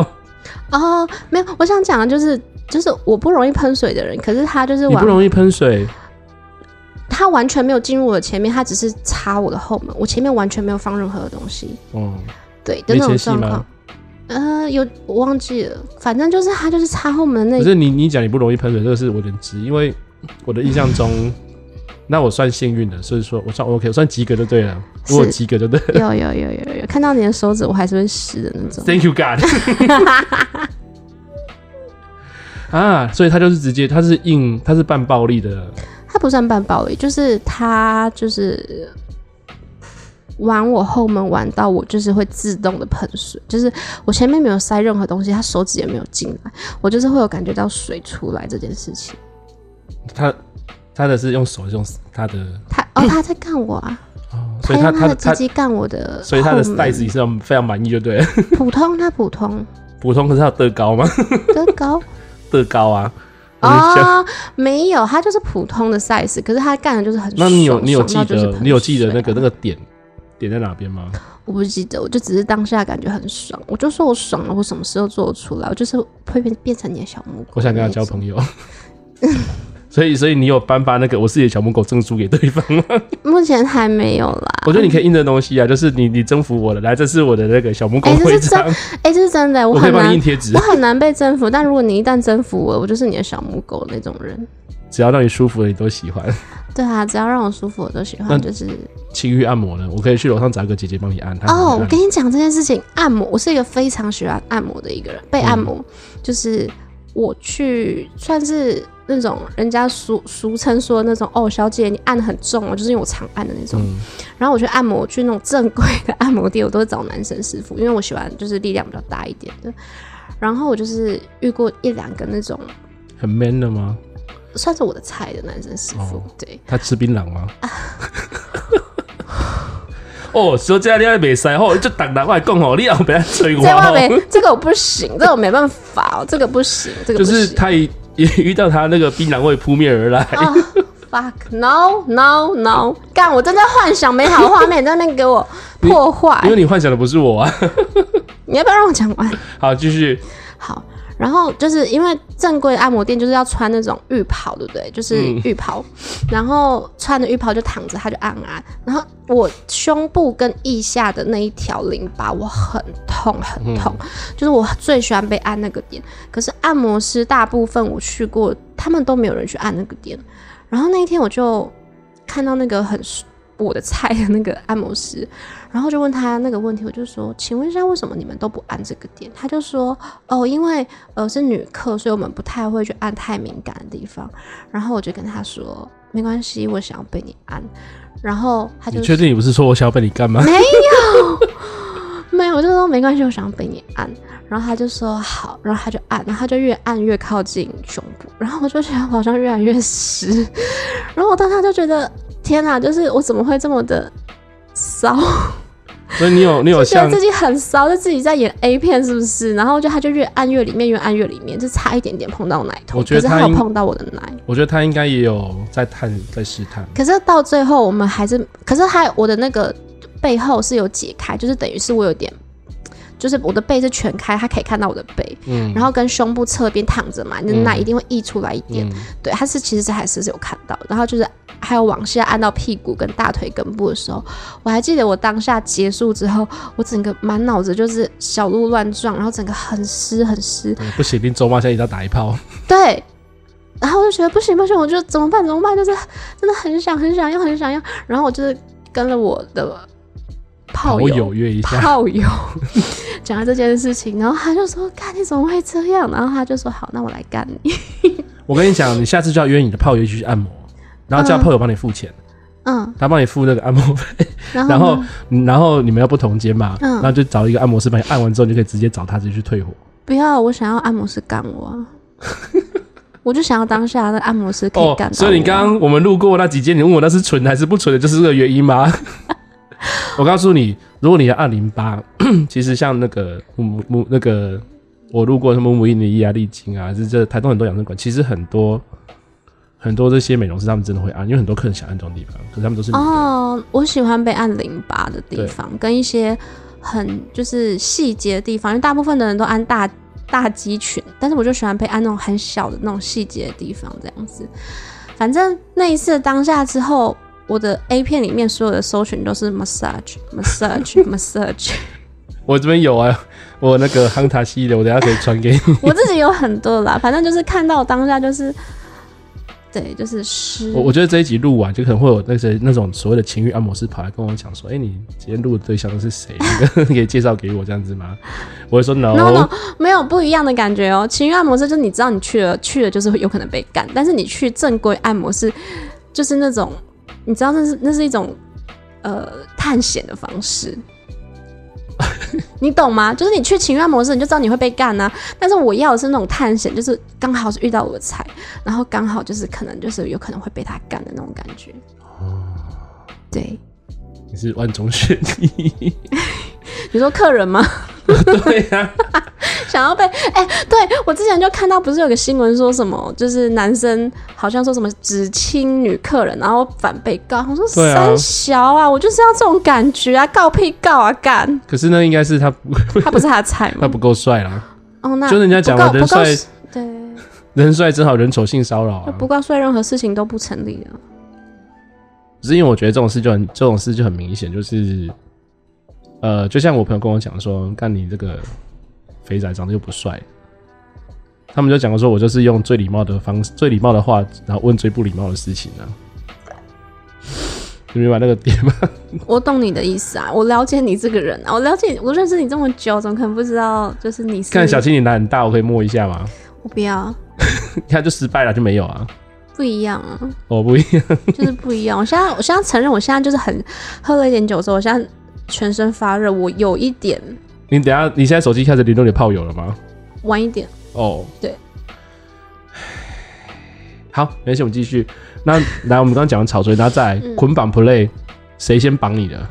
[SPEAKER 2] 哦，没有，我想讲的就是，就是我不容易喷水的人，可是他就是
[SPEAKER 1] 你
[SPEAKER 2] 完
[SPEAKER 1] 不，容易喷水，
[SPEAKER 2] 他完全没有进入我的前面，他只是插我的后门，我前面完全没有放任何的东西，
[SPEAKER 1] 哦，
[SPEAKER 2] 对的
[SPEAKER 1] 没
[SPEAKER 2] 那种
[SPEAKER 1] 前戏
[SPEAKER 2] 状况
[SPEAKER 1] 吗。？
[SPEAKER 2] 呃，有我忘记了，反正就是他就是插后门的
[SPEAKER 1] 可
[SPEAKER 2] 那，
[SPEAKER 1] 是你你讲你不容易喷水，这个是我有点直，因为我的印象 中，那我算幸运的，所以说我算 OK，我算及格就对了。
[SPEAKER 2] 是
[SPEAKER 1] 如果及格就对 了
[SPEAKER 2] 有有有有有，看到你的手指我还是会湿的那种。
[SPEAKER 1] ，Thank you God 啊，所以他就是直接，他是硬，他是半暴力的，
[SPEAKER 2] 他不算半暴力，就是他就是玩我后门玩到我就是会自动的喷水，就是我前面没有塞任何东西，他手指也没有进来，我就是会有感觉到水出来这件事情。
[SPEAKER 1] 他他的是用手用他的，
[SPEAKER 2] 他 哦，他在干我啊，
[SPEAKER 1] 哦、所
[SPEAKER 2] 他
[SPEAKER 1] 以他
[SPEAKER 2] 用他
[SPEAKER 1] 他的
[SPEAKER 2] 的鸡
[SPEAKER 1] 他，
[SPEAKER 2] 鸡干我的，
[SPEAKER 1] 所以他的 size 是要非常满意就对了。
[SPEAKER 2] 普通，他普通
[SPEAKER 1] 普通可是他有得高吗？
[SPEAKER 2] 的高。
[SPEAKER 1] 得高啊。就是像
[SPEAKER 2] 哦，没有，他就是普通的 size，可是他干的就是很
[SPEAKER 1] 那你有
[SPEAKER 2] 爽
[SPEAKER 1] 你有
[SPEAKER 2] 爽到
[SPEAKER 1] 记
[SPEAKER 2] 就是
[SPEAKER 1] 得
[SPEAKER 2] 喷
[SPEAKER 1] 你有记得那
[SPEAKER 2] 水
[SPEAKER 1] 个
[SPEAKER 2] 啊
[SPEAKER 1] 那个点点在哪边吗？
[SPEAKER 2] 我不记得，我就只是当下感觉很爽，我就说我爽了，我什么事都做得出来，我就是会变变成你的小母狗。
[SPEAKER 1] 我想跟他交朋友，所以所以你有颁发那个我是你的小母狗证书给对方吗？
[SPEAKER 2] 友，目前还没有啦。
[SPEAKER 1] 我觉得你可以印这东西啊，就是你你征服我了，来这是我的那个小母狗
[SPEAKER 2] 哎这是
[SPEAKER 1] 徽章，
[SPEAKER 2] 哎、这是真的，
[SPEAKER 1] 我可以
[SPEAKER 2] 很
[SPEAKER 1] 帮你
[SPEAKER 2] 难
[SPEAKER 1] 印，贴纸
[SPEAKER 2] 我，很难被征服。但如果你一旦征服我，我就是你的小母狗那种人。
[SPEAKER 1] 只要让你舒服的你都喜欢。
[SPEAKER 2] 对啊，只要让我舒服，我都喜
[SPEAKER 1] 那
[SPEAKER 2] 欢。就是
[SPEAKER 1] 情欲按摩呢，我可以去楼上找一个姐姐帮你按，她很
[SPEAKER 2] 哦，
[SPEAKER 1] 会
[SPEAKER 2] 我
[SPEAKER 1] 按
[SPEAKER 2] 跟你讲这件事情，按摩，我是一个非
[SPEAKER 1] 嗯
[SPEAKER 2] 常喜欢按摩的一个人，被按摩、就是我去算是那种人家俗俗称说的那种哦，小姐你按很重哦，就是因为我常按的那种。
[SPEAKER 1] 嗯
[SPEAKER 2] 然后我去按摩，去那种正规的按摩店，我都会找男生师傅，因为我喜欢就是力量比较大一点的。然后我就是遇过一两个那种
[SPEAKER 1] 很 man 的吗？
[SPEAKER 2] 算是我的菜的男生师傅，
[SPEAKER 1] 哦
[SPEAKER 2] 对，
[SPEAKER 1] 他吃槟榔吗？ 哦，小姐，你还袂使吼，你就逐人我来讲吼，你也不要催我
[SPEAKER 2] 这
[SPEAKER 1] 吼
[SPEAKER 2] 我。没这个我不行，这个我没办法哦，这个不行，这个
[SPEAKER 1] 就
[SPEAKER 2] 不行。
[SPEAKER 1] 是他一 一遇到他那个槟榔味扑面而来，
[SPEAKER 2] 啊 fuck no no no！干，我正在幻想美好的画面，你在那边给我破坏
[SPEAKER 1] 因为。你幻想的不是我啊。
[SPEAKER 2] 你要不要让我讲完？
[SPEAKER 1] 好，继续。
[SPEAKER 2] 好，然后就是因为正规的按摩店就是要穿那种浴袍，对不对？就是
[SPEAKER 1] 嗯
[SPEAKER 2] 浴袍，然后穿着浴袍就躺着，他就按按。然后我胸部跟腋下的那一条淋巴，我很痛
[SPEAKER 1] 嗯
[SPEAKER 2] 很痛，就是我最喜欢被按那个点。可是按摩师大部分我去过，他们都没有人去按那个点。然后那一天我就看到那个很我的菜的那个按摩师，然后就问他那个问题，我就说，请问一下，为什么你们都不按这个点？他就说，哦，因为呃是女客，所以我们不太会去按太敏感的地方。然后我就跟他说，没关系，我想要被你按。然后他就
[SPEAKER 1] 你确定你不是说我想要被你干嘛？
[SPEAKER 2] 没有，我就说没关系，我想要被你按。然后他就说好，然后他就按，然后他就越按越靠近胸部，然后我就觉得我好像越来越湿， 然后我当时就觉得天哪，就是我怎么会这么的 骚？
[SPEAKER 1] 所以你有你有
[SPEAKER 2] 觉
[SPEAKER 1] 像
[SPEAKER 2] 得自己很骚，啊就自己在演 A 片是不是？然后就他就越按越里面，越按越里面，就差一点点碰到我奶头，
[SPEAKER 1] 我觉得
[SPEAKER 2] 可是
[SPEAKER 1] 他
[SPEAKER 2] 他有
[SPEAKER 1] 应
[SPEAKER 2] 碰到我的奶。
[SPEAKER 1] 我觉得他应该也有在探，在试探。
[SPEAKER 2] 可是到最后我们还是，可是他我的那个背后是有解开，就是等于是我有点，就是我的背是全开，他可以看到我的背，
[SPEAKER 1] 嗯，
[SPEAKER 2] 然后跟胸部侧边躺着嘛，你的奶一定会溢出来一点。
[SPEAKER 1] 嗯，
[SPEAKER 2] 对，他是其实这还是有看到，然后就是还有往下按到屁股跟大腿根部的时候，我还记得我当下结束之后，我整个满脑子就是小鹿乱撞，然后整个很湿很湿，
[SPEAKER 1] 对不行，你走马现在一定要打一炮。
[SPEAKER 2] 对。然后我就觉得不行不行，我就怎么办怎么办，就是真的很想很想要很想要，然后我就是跟了我的炮
[SPEAKER 1] 我
[SPEAKER 2] 友
[SPEAKER 1] 有约一下，
[SPEAKER 2] 炮友讲了这件事情，然后他就说：“干你怎么会这样？”然后他就说：“好，那我来干你。
[SPEAKER 1] 我跟你讲，你下次就要约你的炮友一起去按摩，然后叫炮友帮你付钱，”
[SPEAKER 2] 嗯，
[SPEAKER 1] 他帮你付那个按摩费，然
[SPEAKER 2] 然后
[SPEAKER 1] 后
[SPEAKER 2] 呢
[SPEAKER 1] 然后你们要不同间嘛，
[SPEAKER 2] 嗯
[SPEAKER 1] 然后就找一个按摩师帮你按完之后，你就可以直接找他直接去退货。
[SPEAKER 2] 不要，我想要按摩师干我啊！我就想要当下那按摩师可以
[SPEAKER 1] 哦
[SPEAKER 2] 干到我、，
[SPEAKER 1] 所以你刚刚我们路过那几间，你问我那是纯还是不纯的，就是这个原因吗？ 我告诉你，如果你的二零八， 其实像那个木木木那个我路过什么木印尼啊、丽晶啊，还是这台东很多养生馆，其实很多很多这些美容师他们真的会按，因为很多客人想按这种地方，可是他们都是女的
[SPEAKER 2] 哦，我喜欢被按淋巴的地方，跟一些很就是细节的地方，因为大部分的人都按大大肌群，但是我就喜欢被按那种很小的那种细节的地方，这样子。反正那一次当下之后，我的 A 片里面所有的搜寻都是 massage massage massage，
[SPEAKER 1] 我这边有啊，我那个康塔系列，我等一下可以传给你。
[SPEAKER 2] 我自己有很多啦，反正就是看到当下就是，对，就是湿。
[SPEAKER 1] 我我觉得这一集录完，就可能会有那些那种所谓的情欲按摩师跑来跟我讲说：“哎、你今天录的对象是谁？ 你可可以介绍给我这样子吗？”我会说 “no”，,
[SPEAKER 2] no no，没有不一样的感觉哦。情欲按摩师就是你知道你去了去了就是有可能被干，但是你去正规按摩是就是那种你知道那是那是一种呃探险的方式，你懂吗？就是你去情欲按摩师你就知道你会被干呐、但是我要的是那种探险，就是刚好是遇到我的菜，然后刚好就是可能就是有可能会被他干的那种感觉。对，
[SPEAKER 1] 你是万中选一。
[SPEAKER 2] 你说客人吗？
[SPEAKER 1] 对啊呀、
[SPEAKER 2] 想要被哎、对我之前就看到，不是有个新闻说什么，就是男生好像说什么只亲女客人，然后反被告。我说
[SPEAKER 1] 对啊
[SPEAKER 2] 三小啊，我就是要这种感觉啊，告屁告啊， 干！
[SPEAKER 1] 可是那应该是他不
[SPEAKER 2] 他不是他的菜
[SPEAKER 1] 他
[SPEAKER 2] 吗？
[SPEAKER 1] 不够帅啦，
[SPEAKER 2] 哦，那
[SPEAKER 1] 就人家
[SPEAKER 2] 不
[SPEAKER 1] 讲
[SPEAKER 2] 告
[SPEAKER 1] 了人
[SPEAKER 2] 不告
[SPEAKER 1] 帅
[SPEAKER 2] 对，
[SPEAKER 1] 人帅真好，人丑性骚扰
[SPEAKER 2] 那
[SPEAKER 1] 啊。
[SPEAKER 2] 不告诉任何事情都不成立啊。
[SPEAKER 1] 只是因为我觉得这种事就很这种事就很明显，就是呃，就像我朋友跟我讲说，干你这个肥仔长得又不帅，他们就讲过说我就是用最礼貌的方式、最礼貌的话，然后问最不礼貌的事情啊。你明白那个点吗？
[SPEAKER 2] 我懂你的意思啊，我了解你这个人啊，我了解你我认识你这么久，怎么可能不知道就是你是
[SPEAKER 1] 看小青你奶很大，我可以摸一下吗？
[SPEAKER 2] 我不要，
[SPEAKER 1] 他就失败了就没有啊。
[SPEAKER 2] 不一样啊，
[SPEAKER 1] 我不一样，
[SPEAKER 2] 就是不一样。我现在，我现在承认，我现在就是很喝了一点酒之后，我现在全身发热，我有一点
[SPEAKER 1] 你等一下你现在手机开始联络你的炮友了吗？
[SPEAKER 2] 晚一点。
[SPEAKER 1] 哦，
[SPEAKER 2] 对。
[SPEAKER 1] 好，没关系，我们继续。那来，我们刚刚讲的草追，然后再来捆绑 play，谁先绑你的？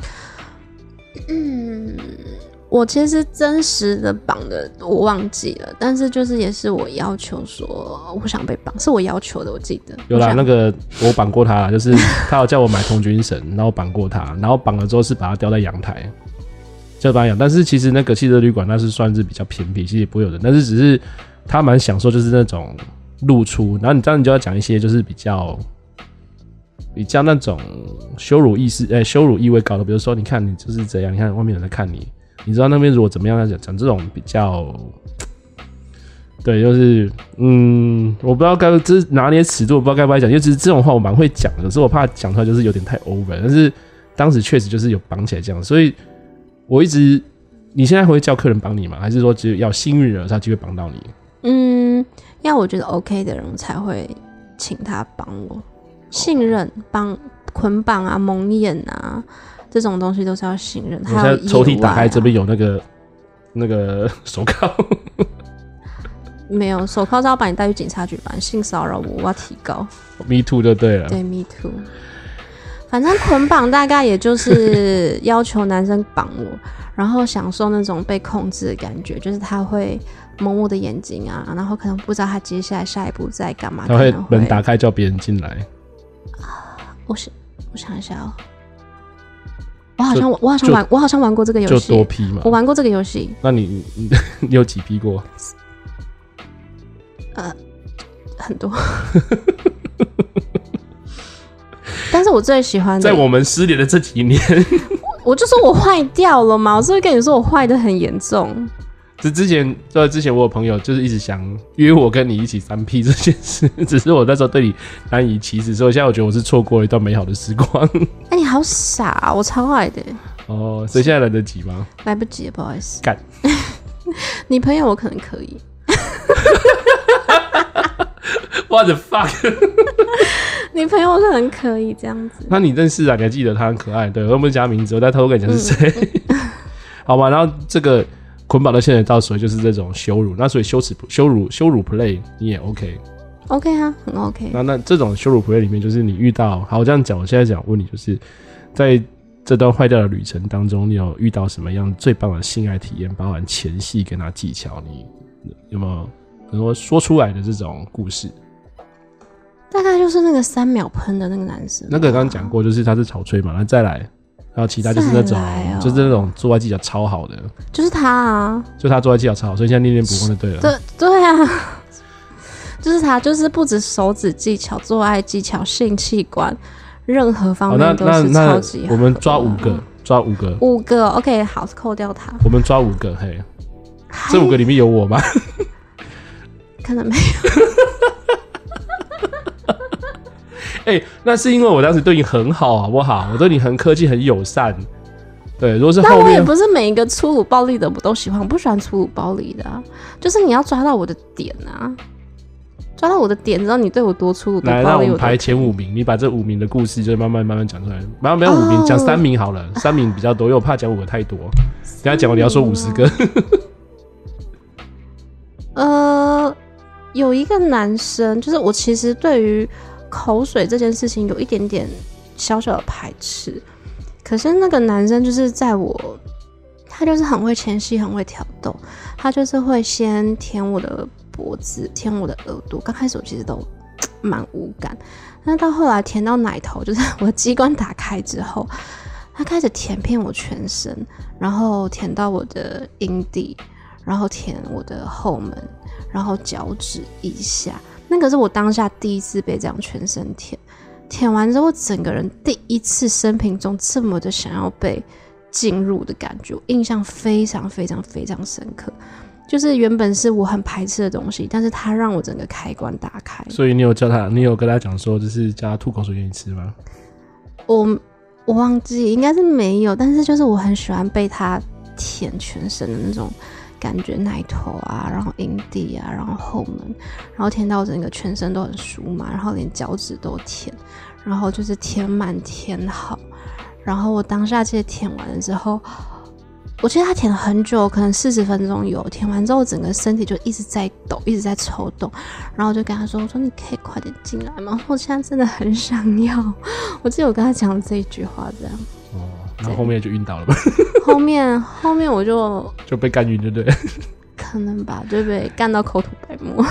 [SPEAKER 2] 我其实真实的绑的我忘记了，但是就是也是我要求说我想被绑，是我要求的，我记得。
[SPEAKER 1] 有
[SPEAKER 2] 我
[SPEAKER 1] 啦，
[SPEAKER 2] 想
[SPEAKER 1] 那个我绑过他，就是他有叫我买童军绳， 然后我绑过他，然后绑了之后是把他吊在阳台，就把他养。但是其实那个汽车旅馆那是算是比较偏僻，其实也不会有人，但是只是他蛮享受就是那种露出，然后你这样你就要讲一些就是比较比较那种羞辱意识，呃、羞辱意味高的，比如说你看你就是这样，你看外面有人在看你，你知道那边如果怎么样要讲讲这种比较。对，就是嗯，我不知道该这是拿捏尺度，我不知道该不该讲，因为其实这种话我蛮会讲的，可是我怕讲出来就是有点太 over。但是当时确实就是有绑起来这样，所以我一直，你现在会叫客人帮你吗？还是说只有要幸运人他就会帮到你？
[SPEAKER 2] 嗯，要我觉得 OK 的人，我才会请他帮我。信任帮捆绑啊、蒙眼啊，这种东西都是要信任。
[SPEAKER 1] 我
[SPEAKER 2] 还
[SPEAKER 1] 现
[SPEAKER 2] 有
[SPEAKER 1] 在
[SPEAKER 2] 意
[SPEAKER 1] 抽屉打
[SPEAKER 2] 外
[SPEAKER 1] 开，
[SPEAKER 2] 啊
[SPEAKER 1] 这边有那个那个手铐，
[SPEAKER 2] 没有手铐是要把你带去警察局吧？性骚扰我，我要提高。
[SPEAKER 1] ，me too 就对了。
[SPEAKER 2] 对，me too。反正捆绑大概也就是要求男生绑我， 然后享受那种被控制的感觉，就是他会蒙我的眼睛啊，然后可能不知道他接下来下一步在干嘛，
[SPEAKER 1] 他
[SPEAKER 2] 可
[SPEAKER 1] 会
[SPEAKER 2] 能会
[SPEAKER 1] 门打开叫别人进来，
[SPEAKER 2] 我想，我想一下哦，我好像我我好像玩我好像玩过这个游
[SPEAKER 1] 就多啊
[SPEAKER 2] 戏，
[SPEAKER 1] 批嘛
[SPEAKER 2] 我。玩过这个游戏，
[SPEAKER 1] 那你你你有几批过？
[SPEAKER 2] 很 多。但是我最喜欢的，
[SPEAKER 1] 在我们失联的这几年，
[SPEAKER 2] 我就说我坏掉了嘛，我是不是跟你说我坏的很严重？
[SPEAKER 1] 这之前，在之前我有朋友就是一直想约我跟你一起三 P 这件事， 只是我那时候对你难以启齿，所以现在我觉得我是错过了一段美好的时光。
[SPEAKER 2] 哎、你好傻啊、我超坏的，
[SPEAKER 1] 哦，所以现在来得及吗？
[SPEAKER 2] 来不及了，不好意思。
[SPEAKER 1] 干，
[SPEAKER 2] 你朋友我可能可以，
[SPEAKER 1] 我的 fuck！
[SPEAKER 2] 你朋友我可能可以这样子。
[SPEAKER 1] 那你认识啊？你还记得他很可爱？对，我又不是讲他名字，我在偷偷跟你讲是谁？ 好吧，然后这个捆绑的现在到所以就是这种羞辱，那所以羞耻羞辱羞辱 play 你也 OK。
[SPEAKER 2] OK 啊，很 OK。
[SPEAKER 1] 那那这种羞辱 play 里面，就是你遇到，好，我这样讲，我现在想问你，就是在这段坏掉的旅程当中，你有遇到什么样最棒的性爱体验，包含前戏跟他技巧，你有没有能够说出来的这种故事？
[SPEAKER 2] 大概就是那个三秒喷的那个男生吧，
[SPEAKER 1] 那个刚刚讲过，就是他是草吹嘛，那再来，然后其他就是那种，
[SPEAKER 2] 再来哦
[SPEAKER 1] 就是那种做爱技巧超好的，
[SPEAKER 2] 就是他啊。
[SPEAKER 1] 就他做爱技巧超好，所以现在念念不忘就对了。
[SPEAKER 2] 对对啊， 就是他，就是不止手指技巧、做爱技巧、性器官，任何方
[SPEAKER 1] 好，那
[SPEAKER 2] 面都
[SPEAKER 1] 那
[SPEAKER 2] 是
[SPEAKER 1] 那
[SPEAKER 2] 超级
[SPEAKER 1] 我
[SPEAKER 2] 好。嗯
[SPEAKER 1] 们抓五个，抓五个，
[SPEAKER 2] 五个 OK，好，扣掉他，哎
[SPEAKER 1] 我们抓五个，嘿，这五个里面有我吗？
[SPEAKER 2] 可能没
[SPEAKER 1] 哎、那是因为我当时对你很好，好不好？我对你很客气，很友善。对，如果是
[SPEAKER 2] 但
[SPEAKER 1] 后
[SPEAKER 2] 我也
[SPEAKER 1] 面，
[SPEAKER 2] 不是每一个粗鲁暴力的我都喜欢，我不喜欢粗鲁暴力的、啊，就是你要抓到我的点啊，抓到我的点，知道你对我多粗鲁多
[SPEAKER 1] 来让
[SPEAKER 2] 暴
[SPEAKER 1] 我
[SPEAKER 2] 力，
[SPEAKER 1] 们
[SPEAKER 2] 我
[SPEAKER 1] 排
[SPEAKER 2] 都
[SPEAKER 1] 前五名，你把这五名的故事就慢慢慢慢讲出来。没有没有
[SPEAKER 2] 哦嗯
[SPEAKER 1] 五名，讲、三名好了， 三名比较多，因为我怕讲五个太多。等一下讲完你要说五十个，
[SPEAKER 2] 呃，有一个男生，就是我其实对于口水这件事情有一点点小小的排斥，可是那个男生就是在我，他就是很会前戏，很会挑逗，他就是会先舔我的脖子，舔我的耳朵。刚开始我其实都蛮无感，那到后来舔到奶头， 就是我的机关打开之后，他开始舔遍我全身，然后舔到我的阴蒂，然后舔我的后门，然后脚趾以下。那个是我当下第一次被这样全身舔，舔完之后，整个人第一次生平中这么的想要被进入的感觉，我印象非常非常非常深刻。就是原本是我很排斥的东西，但是他让我整个开关打开。
[SPEAKER 1] 所以你有叫他，你有跟他讲说，就是叫他吐口水给你吃吗？
[SPEAKER 2] 我我忘记应该是没有，但是就是我很喜欢被他舔全身的那种感觉奶头啊，然后阴蒂啊，然后后门，然后舔到我整个全身都很酥麻，然后连脚趾都舔，然后就是舔满舔好，然后我当下其实舔完了之后，我记得他舔了很久，可能四十分钟有。舔完之后，整个身体就一直在抖，一直在抽动。然后我就跟他说：“我说你可以快点进来吗？我现在真的很想要。”我记得我跟他讲这一句话，这样。
[SPEAKER 1] 哦，那后面就晕倒了吧，
[SPEAKER 2] 后面后面我就
[SPEAKER 1] 就被干晕，对不对了？
[SPEAKER 2] 可能吧，就被干到口吐白沫。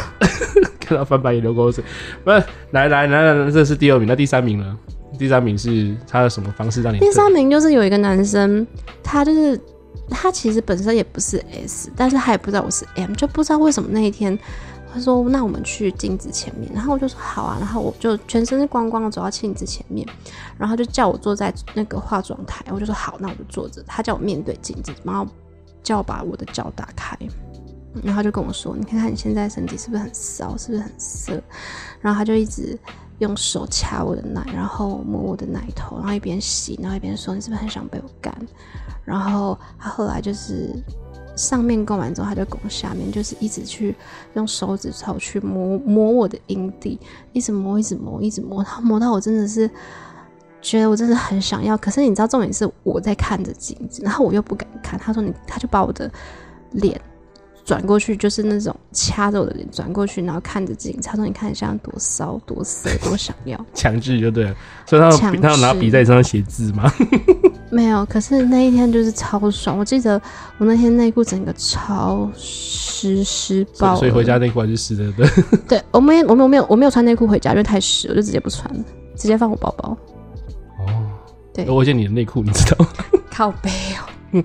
[SPEAKER 1] 看到翻白眼流口水。不是，来来来来，这是第二名，那第三名呢？第三名是他的什么方式让你？
[SPEAKER 2] 第三名就是有一个男生，他就是他其实本身也不是 S，但是他也不知道我是 M，就不知道为什么那一天。他说：“那我们去镜子前面。”然后我就说：“好啊。”然后我就全身是光光的走到镜子前面，然后他就叫我坐在那个化妆台，我就说：“好，那我就坐着。”他叫我面对镜子，然后叫我把我的脚打开，然后他就跟我说：“你看看你现在身体是不是很骚，是不是很色？”然后他就一直用手掐我的奶，然后摸我的奶头，然后一边洗，然后一边说：“你是不是很想被我干？”然后他后来就是上面供完之后，他就拱下面，就是一直去用手指头去摸摸我的阴蒂，一直摸，一直摸，一直摸，他摸到我真的是觉得我真的很想要。可是你知道，重点是我在看着镜子，然后我又不敢看。他说你，他就把我的脸转过去，就是那种掐着我的脸转过去，然后看着镜子。他说你看你现在多骚、多色、多想要。
[SPEAKER 1] 强制就对了，所以他有笔
[SPEAKER 2] 强制
[SPEAKER 1] 他有拿笔在你身上写字吗？
[SPEAKER 2] 没有，可是那一天就是超爽。我记得我那天内裤整个超湿湿爆了，
[SPEAKER 1] 所以回家 内裤还是湿的，对不对。
[SPEAKER 2] 对我没我没有我没有我没有穿内裤回家，因为太湿，我就直接不穿了，直接放我包包
[SPEAKER 1] 哦，
[SPEAKER 2] 对
[SPEAKER 1] 我见你的内裤，你知道吗？
[SPEAKER 2] 靠背哦。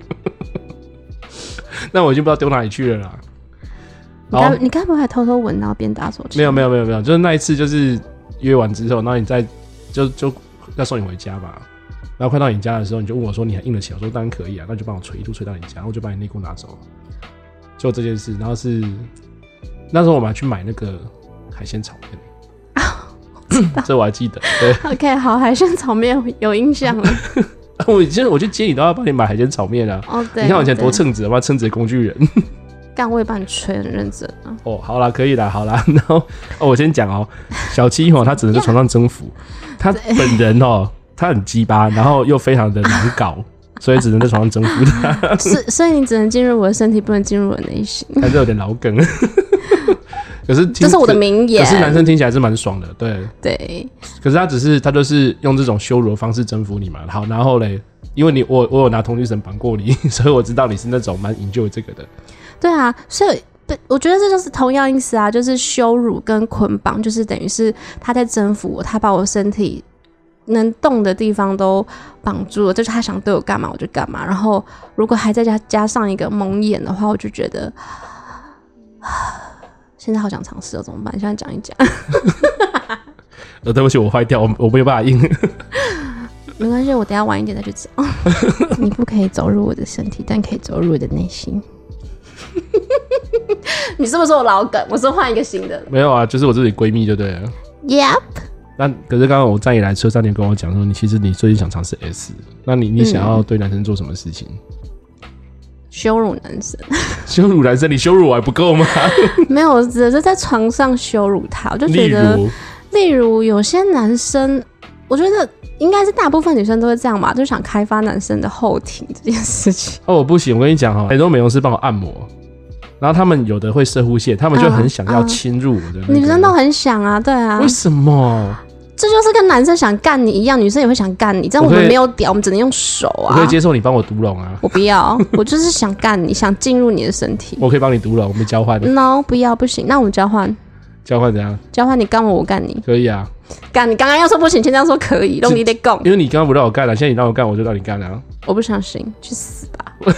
[SPEAKER 1] 那我已经不知道丢哪里去了啦。
[SPEAKER 2] 你该你该不会还偷偷闻到边打手枪？
[SPEAKER 1] 没有没有没有没有，就是那一次就是约完之后，然后你再就就要送你回家嘛。然后快到你家的时候，你就问我说：“你还硬得起来？”我说：“当然可以啊，那就帮我吹，一路吹到你家，然后我就把你内裤拿走。”就这件事，然后是那时候我们还去买那个海鲜炒 面，这我还记得。对，
[SPEAKER 2] OK，好，海鲜炒面有印象 了。
[SPEAKER 1] 我以前我去接你都要帮你买海鲜炒面啊。
[SPEAKER 2] 哦，对，
[SPEAKER 1] 你看我以前多
[SPEAKER 2] 对，
[SPEAKER 1] 称职，妈称职的工具 人。
[SPEAKER 2] 干我也帮你吹，很认 真啊。
[SPEAKER 1] 哦，好啦，可以啦，好啦。 然后哦，我先讲哦，小七哦，他只能在床上征服，他本人哦，他很鸡巴，然后又非常的难搞，所以只能在床上征服他，
[SPEAKER 2] 所以所以你只能进入我的身体，不能进入我的内心，
[SPEAKER 1] 还是有点老梗。 可是听
[SPEAKER 2] 这是我的名言
[SPEAKER 1] 可。是男生听起来是蛮爽的，对。
[SPEAKER 2] 对，
[SPEAKER 1] 可是他只是他就是用这种羞辱的方式征服你嘛。好，然后嘞，因为你我我有拿同居绳绑过你， 所以我知道你是那种蛮 enjoy 这个的。
[SPEAKER 2] 对啊，所以。对，我觉得这就是同样意思啊，就是羞辱跟捆绑，就是等于是他在征服我，他把我身体能动的地方都绑住了，就是他想对我干嘛我就干嘛。然后如果还再加加上一个蒙眼的话，我就觉得， 啊现在好想尝试哦，怎么办？现在讲一讲，
[SPEAKER 1] 呃，对不起，我坏掉，我我没有办法硬。
[SPEAKER 2] 没关系，我等一下晚一点再去讲。 你不可以走入我的身体，但可以走入我的内心。 你是不是我老梗？我是换一个新的了。
[SPEAKER 1] 没有啊，就是我自己闺蜜就对了。
[SPEAKER 2] Yep。
[SPEAKER 1] 那可是刚刚我站一来车上，你有跟我讲说，你其实你最近想尝试 S，那你你想要对男生做什么事情？
[SPEAKER 2] 羞辱男生，
[SPEAKER 1] 羞辱男生，你羞辱我还不够吗？
[SPEAKER 2] 没有，我只是在床上羞辱他。我就觉
[SPEAKER 1] 例
[SPEAKER 2] 得，
[SPEAKER 1] 如，
[SPEAKER 2] 例如有些男生，我觉得应该是大部分女生都会这样吧，就想开发男生的后庭这件 事情。
[SPEAKER 1] 哦，我不行，我跟你讲哦，很多美容师帮我按摩，然后他们有的会射护线，他们就很想要侵入我的、那个
[SPEAKER 2] 女生都很想啊，对啊
[SPEAKER 1] 为，什么？
[SPEAKER 2] 这就是跟男生想干你一样，女生也会想干你，但我
[SPEAKER 1] 我
[SPEAKER 2] 们
[SPEAKER 1] 可以
[SPEAKER 2] 没有屌，我们只能用手
[SPEAKER 1] 我可
[SPEAKER 2] 啊
[SPEAKER 1] 以。接受你帮我读拢啊，
[SPEAKER 2] 我不 要，我就是想干你，想进入你的身体。
[SPEAKER 1] 我可以帮你读拢，我们交换，
[SPEAKER 2] No，不要，不行。那我们交换，
[SPEAKER 1] 交换怎样？
[SPEAKER 2] 交换你干我，我干你，
[SPEAKER 1] 可以啊，
[SPEAKER 2] 干你。刚刚要说不行，现在要说可以，用你得拱。
[SPEAKER 1] 因为你刚刚不让我干了、啊现在你让我干，我就让你干了、
[SPEAKER 2] 我不相信，去死吧！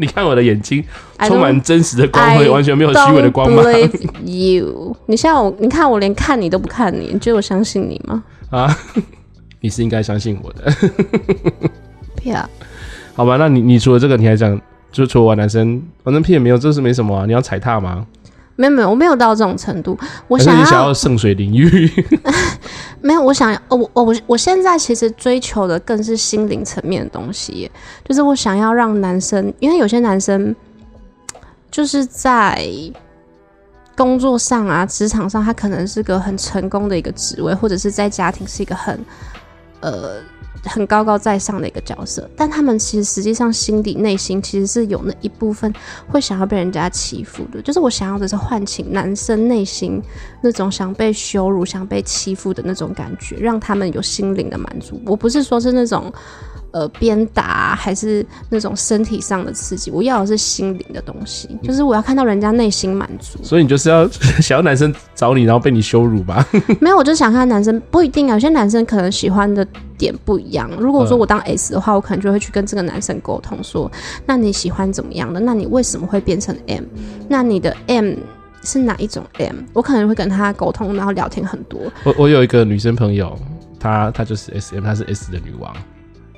[SPEAKER 1] 你看我的眼睛
[SPEAKER 2] I
[SPEAKER 1] 充
[SPEAKER 2] don't
[SPEAKER 1] 满真实的光辉，完全没有虚伪的光芒
[SPEAKER 2] I don't believe you，你现在我，你看我连看你都不看你，你觉得我相信你吗？
[SPEAKER 1] 啊！ 你是应该相信我的。
[SPEAKER 2] 不要，
[SPEAKER 1] 好吧，那你你除了这个，你还讲，就除了玩男生，反正屁也没有，这是没什么啊。你要踩踏吗？
[SPEAKER 2] 没有没有，我没有到这种程度。我
[SPEAKER 1] 还是
[SPEAKER 2] 想
[SPEAKER 1] 你
[SPEAKER 2] 要
[SPEAKER 1] 想要圣水淋浴？
[SPEAKER 2] 没有，我想要，哦我我我我现在其实追求的更是心灵层面的东西耶，就是我想要让男生，因为有些男生就是在工作上啊、职场上，他可能是个很成功的一个职位，或者是在家庭是一个很呃很高高在上的一个角色，但他们其实实际上心底内心其实是有那一部分会想要被人家欺负的，就是我想要的是唤起男生内心那种想被羞辱、想被欺负的那种感觉，让他们有心灵的满足。我不是说是那种。呃，鞭打还是那种身体上的刺激，我要的是心灵的东西，就是我要看到人家内心满足。
[SPEAKER 1] 所以你就是要 想要男生找你，然后被你羞辱吧？
[SPEAKER 2] 没有，我就想看男生不一定啊，有些男生可能喜欢的点不一样。如果说我当
[SPEAKER 1] 嗯
[SPEAKER 2] S 的话，我可能就会去跟这个男生沟通说，那你喜欢怎么样的？那你为什么会变成 M？那你的 M 是哪一种 M？我可能会跟他沟通，然后聊天很多。
[SPEAKER 1] 我我有一个女生朋友，她她就是 S M，她是 S 的女王，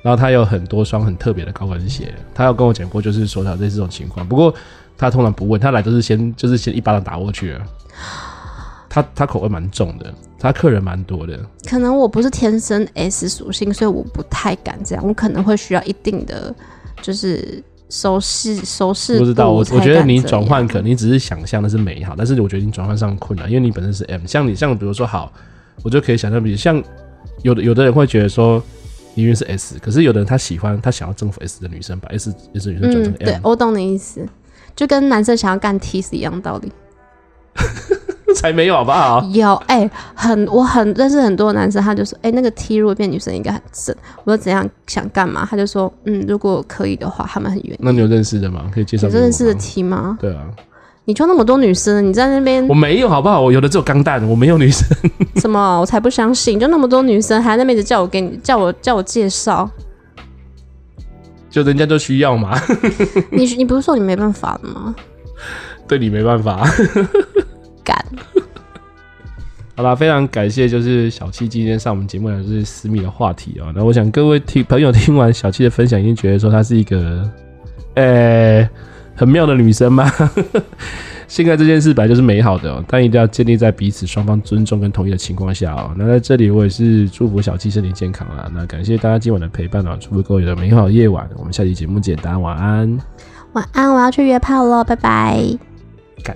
[SPEAKER 1] 然后她有很多双很特别的高跟鞋，她有跟我讲过，就是说她类似这种情况，不过她通常不问，她来都是先就是先一巴掌打过去了。她她口味蛮重的，她客人蛮多的，
[SPEAKER 2] 可能我不是天生 S 属性，所以我不太敢这样，我可能会需要一定的就是收视收视
[SPEAKER 1] 不知道，我
[SPEAKER 2] 度
[SPEAKER 1] 我
[SPEAKER 2] 才
[SPEAKER 1] 觉得
[SPEAKER 2] 敢
[SPEAKER 1] 你
[SPEAKER 2] 这
[SPEAKER 1] 转
[SPEAKER 2] 样
[SPEAKER 1] 换可能你只是想象的是美好，但是我觉得你转换上困难，因为你本身是 M，像你像比如说好，我就可以想象，比如像有的有的人会觉得说，你因为是 S，可是有的人他喜欢他想要征服 S 的女生，把 S S 女生转成
[SPEAKER 2] 嗯，对
[SPEAKER 1] M，、，
[SPEAKER 2] 我懂你意思，就跟男生想要干 T 是一样道理。
[SPEAKER 1] 才没有好不好？
[SPEAKER 2] 有哎、很我很认识很多男生，他就说，哎、那个 T 如果变女生应该很正。我说怎样想干嘛？他就说，嗯，如果可以的话，他们很愿意。
[SPEAKER 1] 那你有认识的吗？可以介绍
[SPEAKER 2] 你
[SPEAKER 1] 给我吗
[SPEAKER 2] 认识的 T 吗？
[SPEAKER 1] 对啊，
[SPEAKER 2] 你就那么多女生，你在那边
[SPEAKER 1] 我没有好不好？我有的只有钢蛋，我没有女生。
[SPEAKER 2] 什么？我才不相信！就那么多女生，还在那边一直叫我给你叫我叫我介绍。
[SPEAKER 1] 就人家就需要嘛，
[SPEAKER 2] 你你不是说你没办法的吗？
[SPEAKER 1] 对你没办法。
[SPEAKER 2] 干，
[SPEAKER 1] 好啦，非常感谢，就是小七今天上我们节目来就是私密的话题啊、那我想各位听朋友听完小七的分享，一定觉得说她是一个，呃、很妙的女生吗？ 性爱这件事本来就是美好的、哦，但一定要建立在彼此双方尊重跟同意的情况下哦。那在这里，我也是祝福小七身体健康啦。那感谢大家今晚的陪伴哦，祝福各位有个美好的夜晚。我们下期节目见，大家晚安。
[SPEAKER 2] 晚安，我要去约炮喽，拜拜。
[SPEAKER 1] 干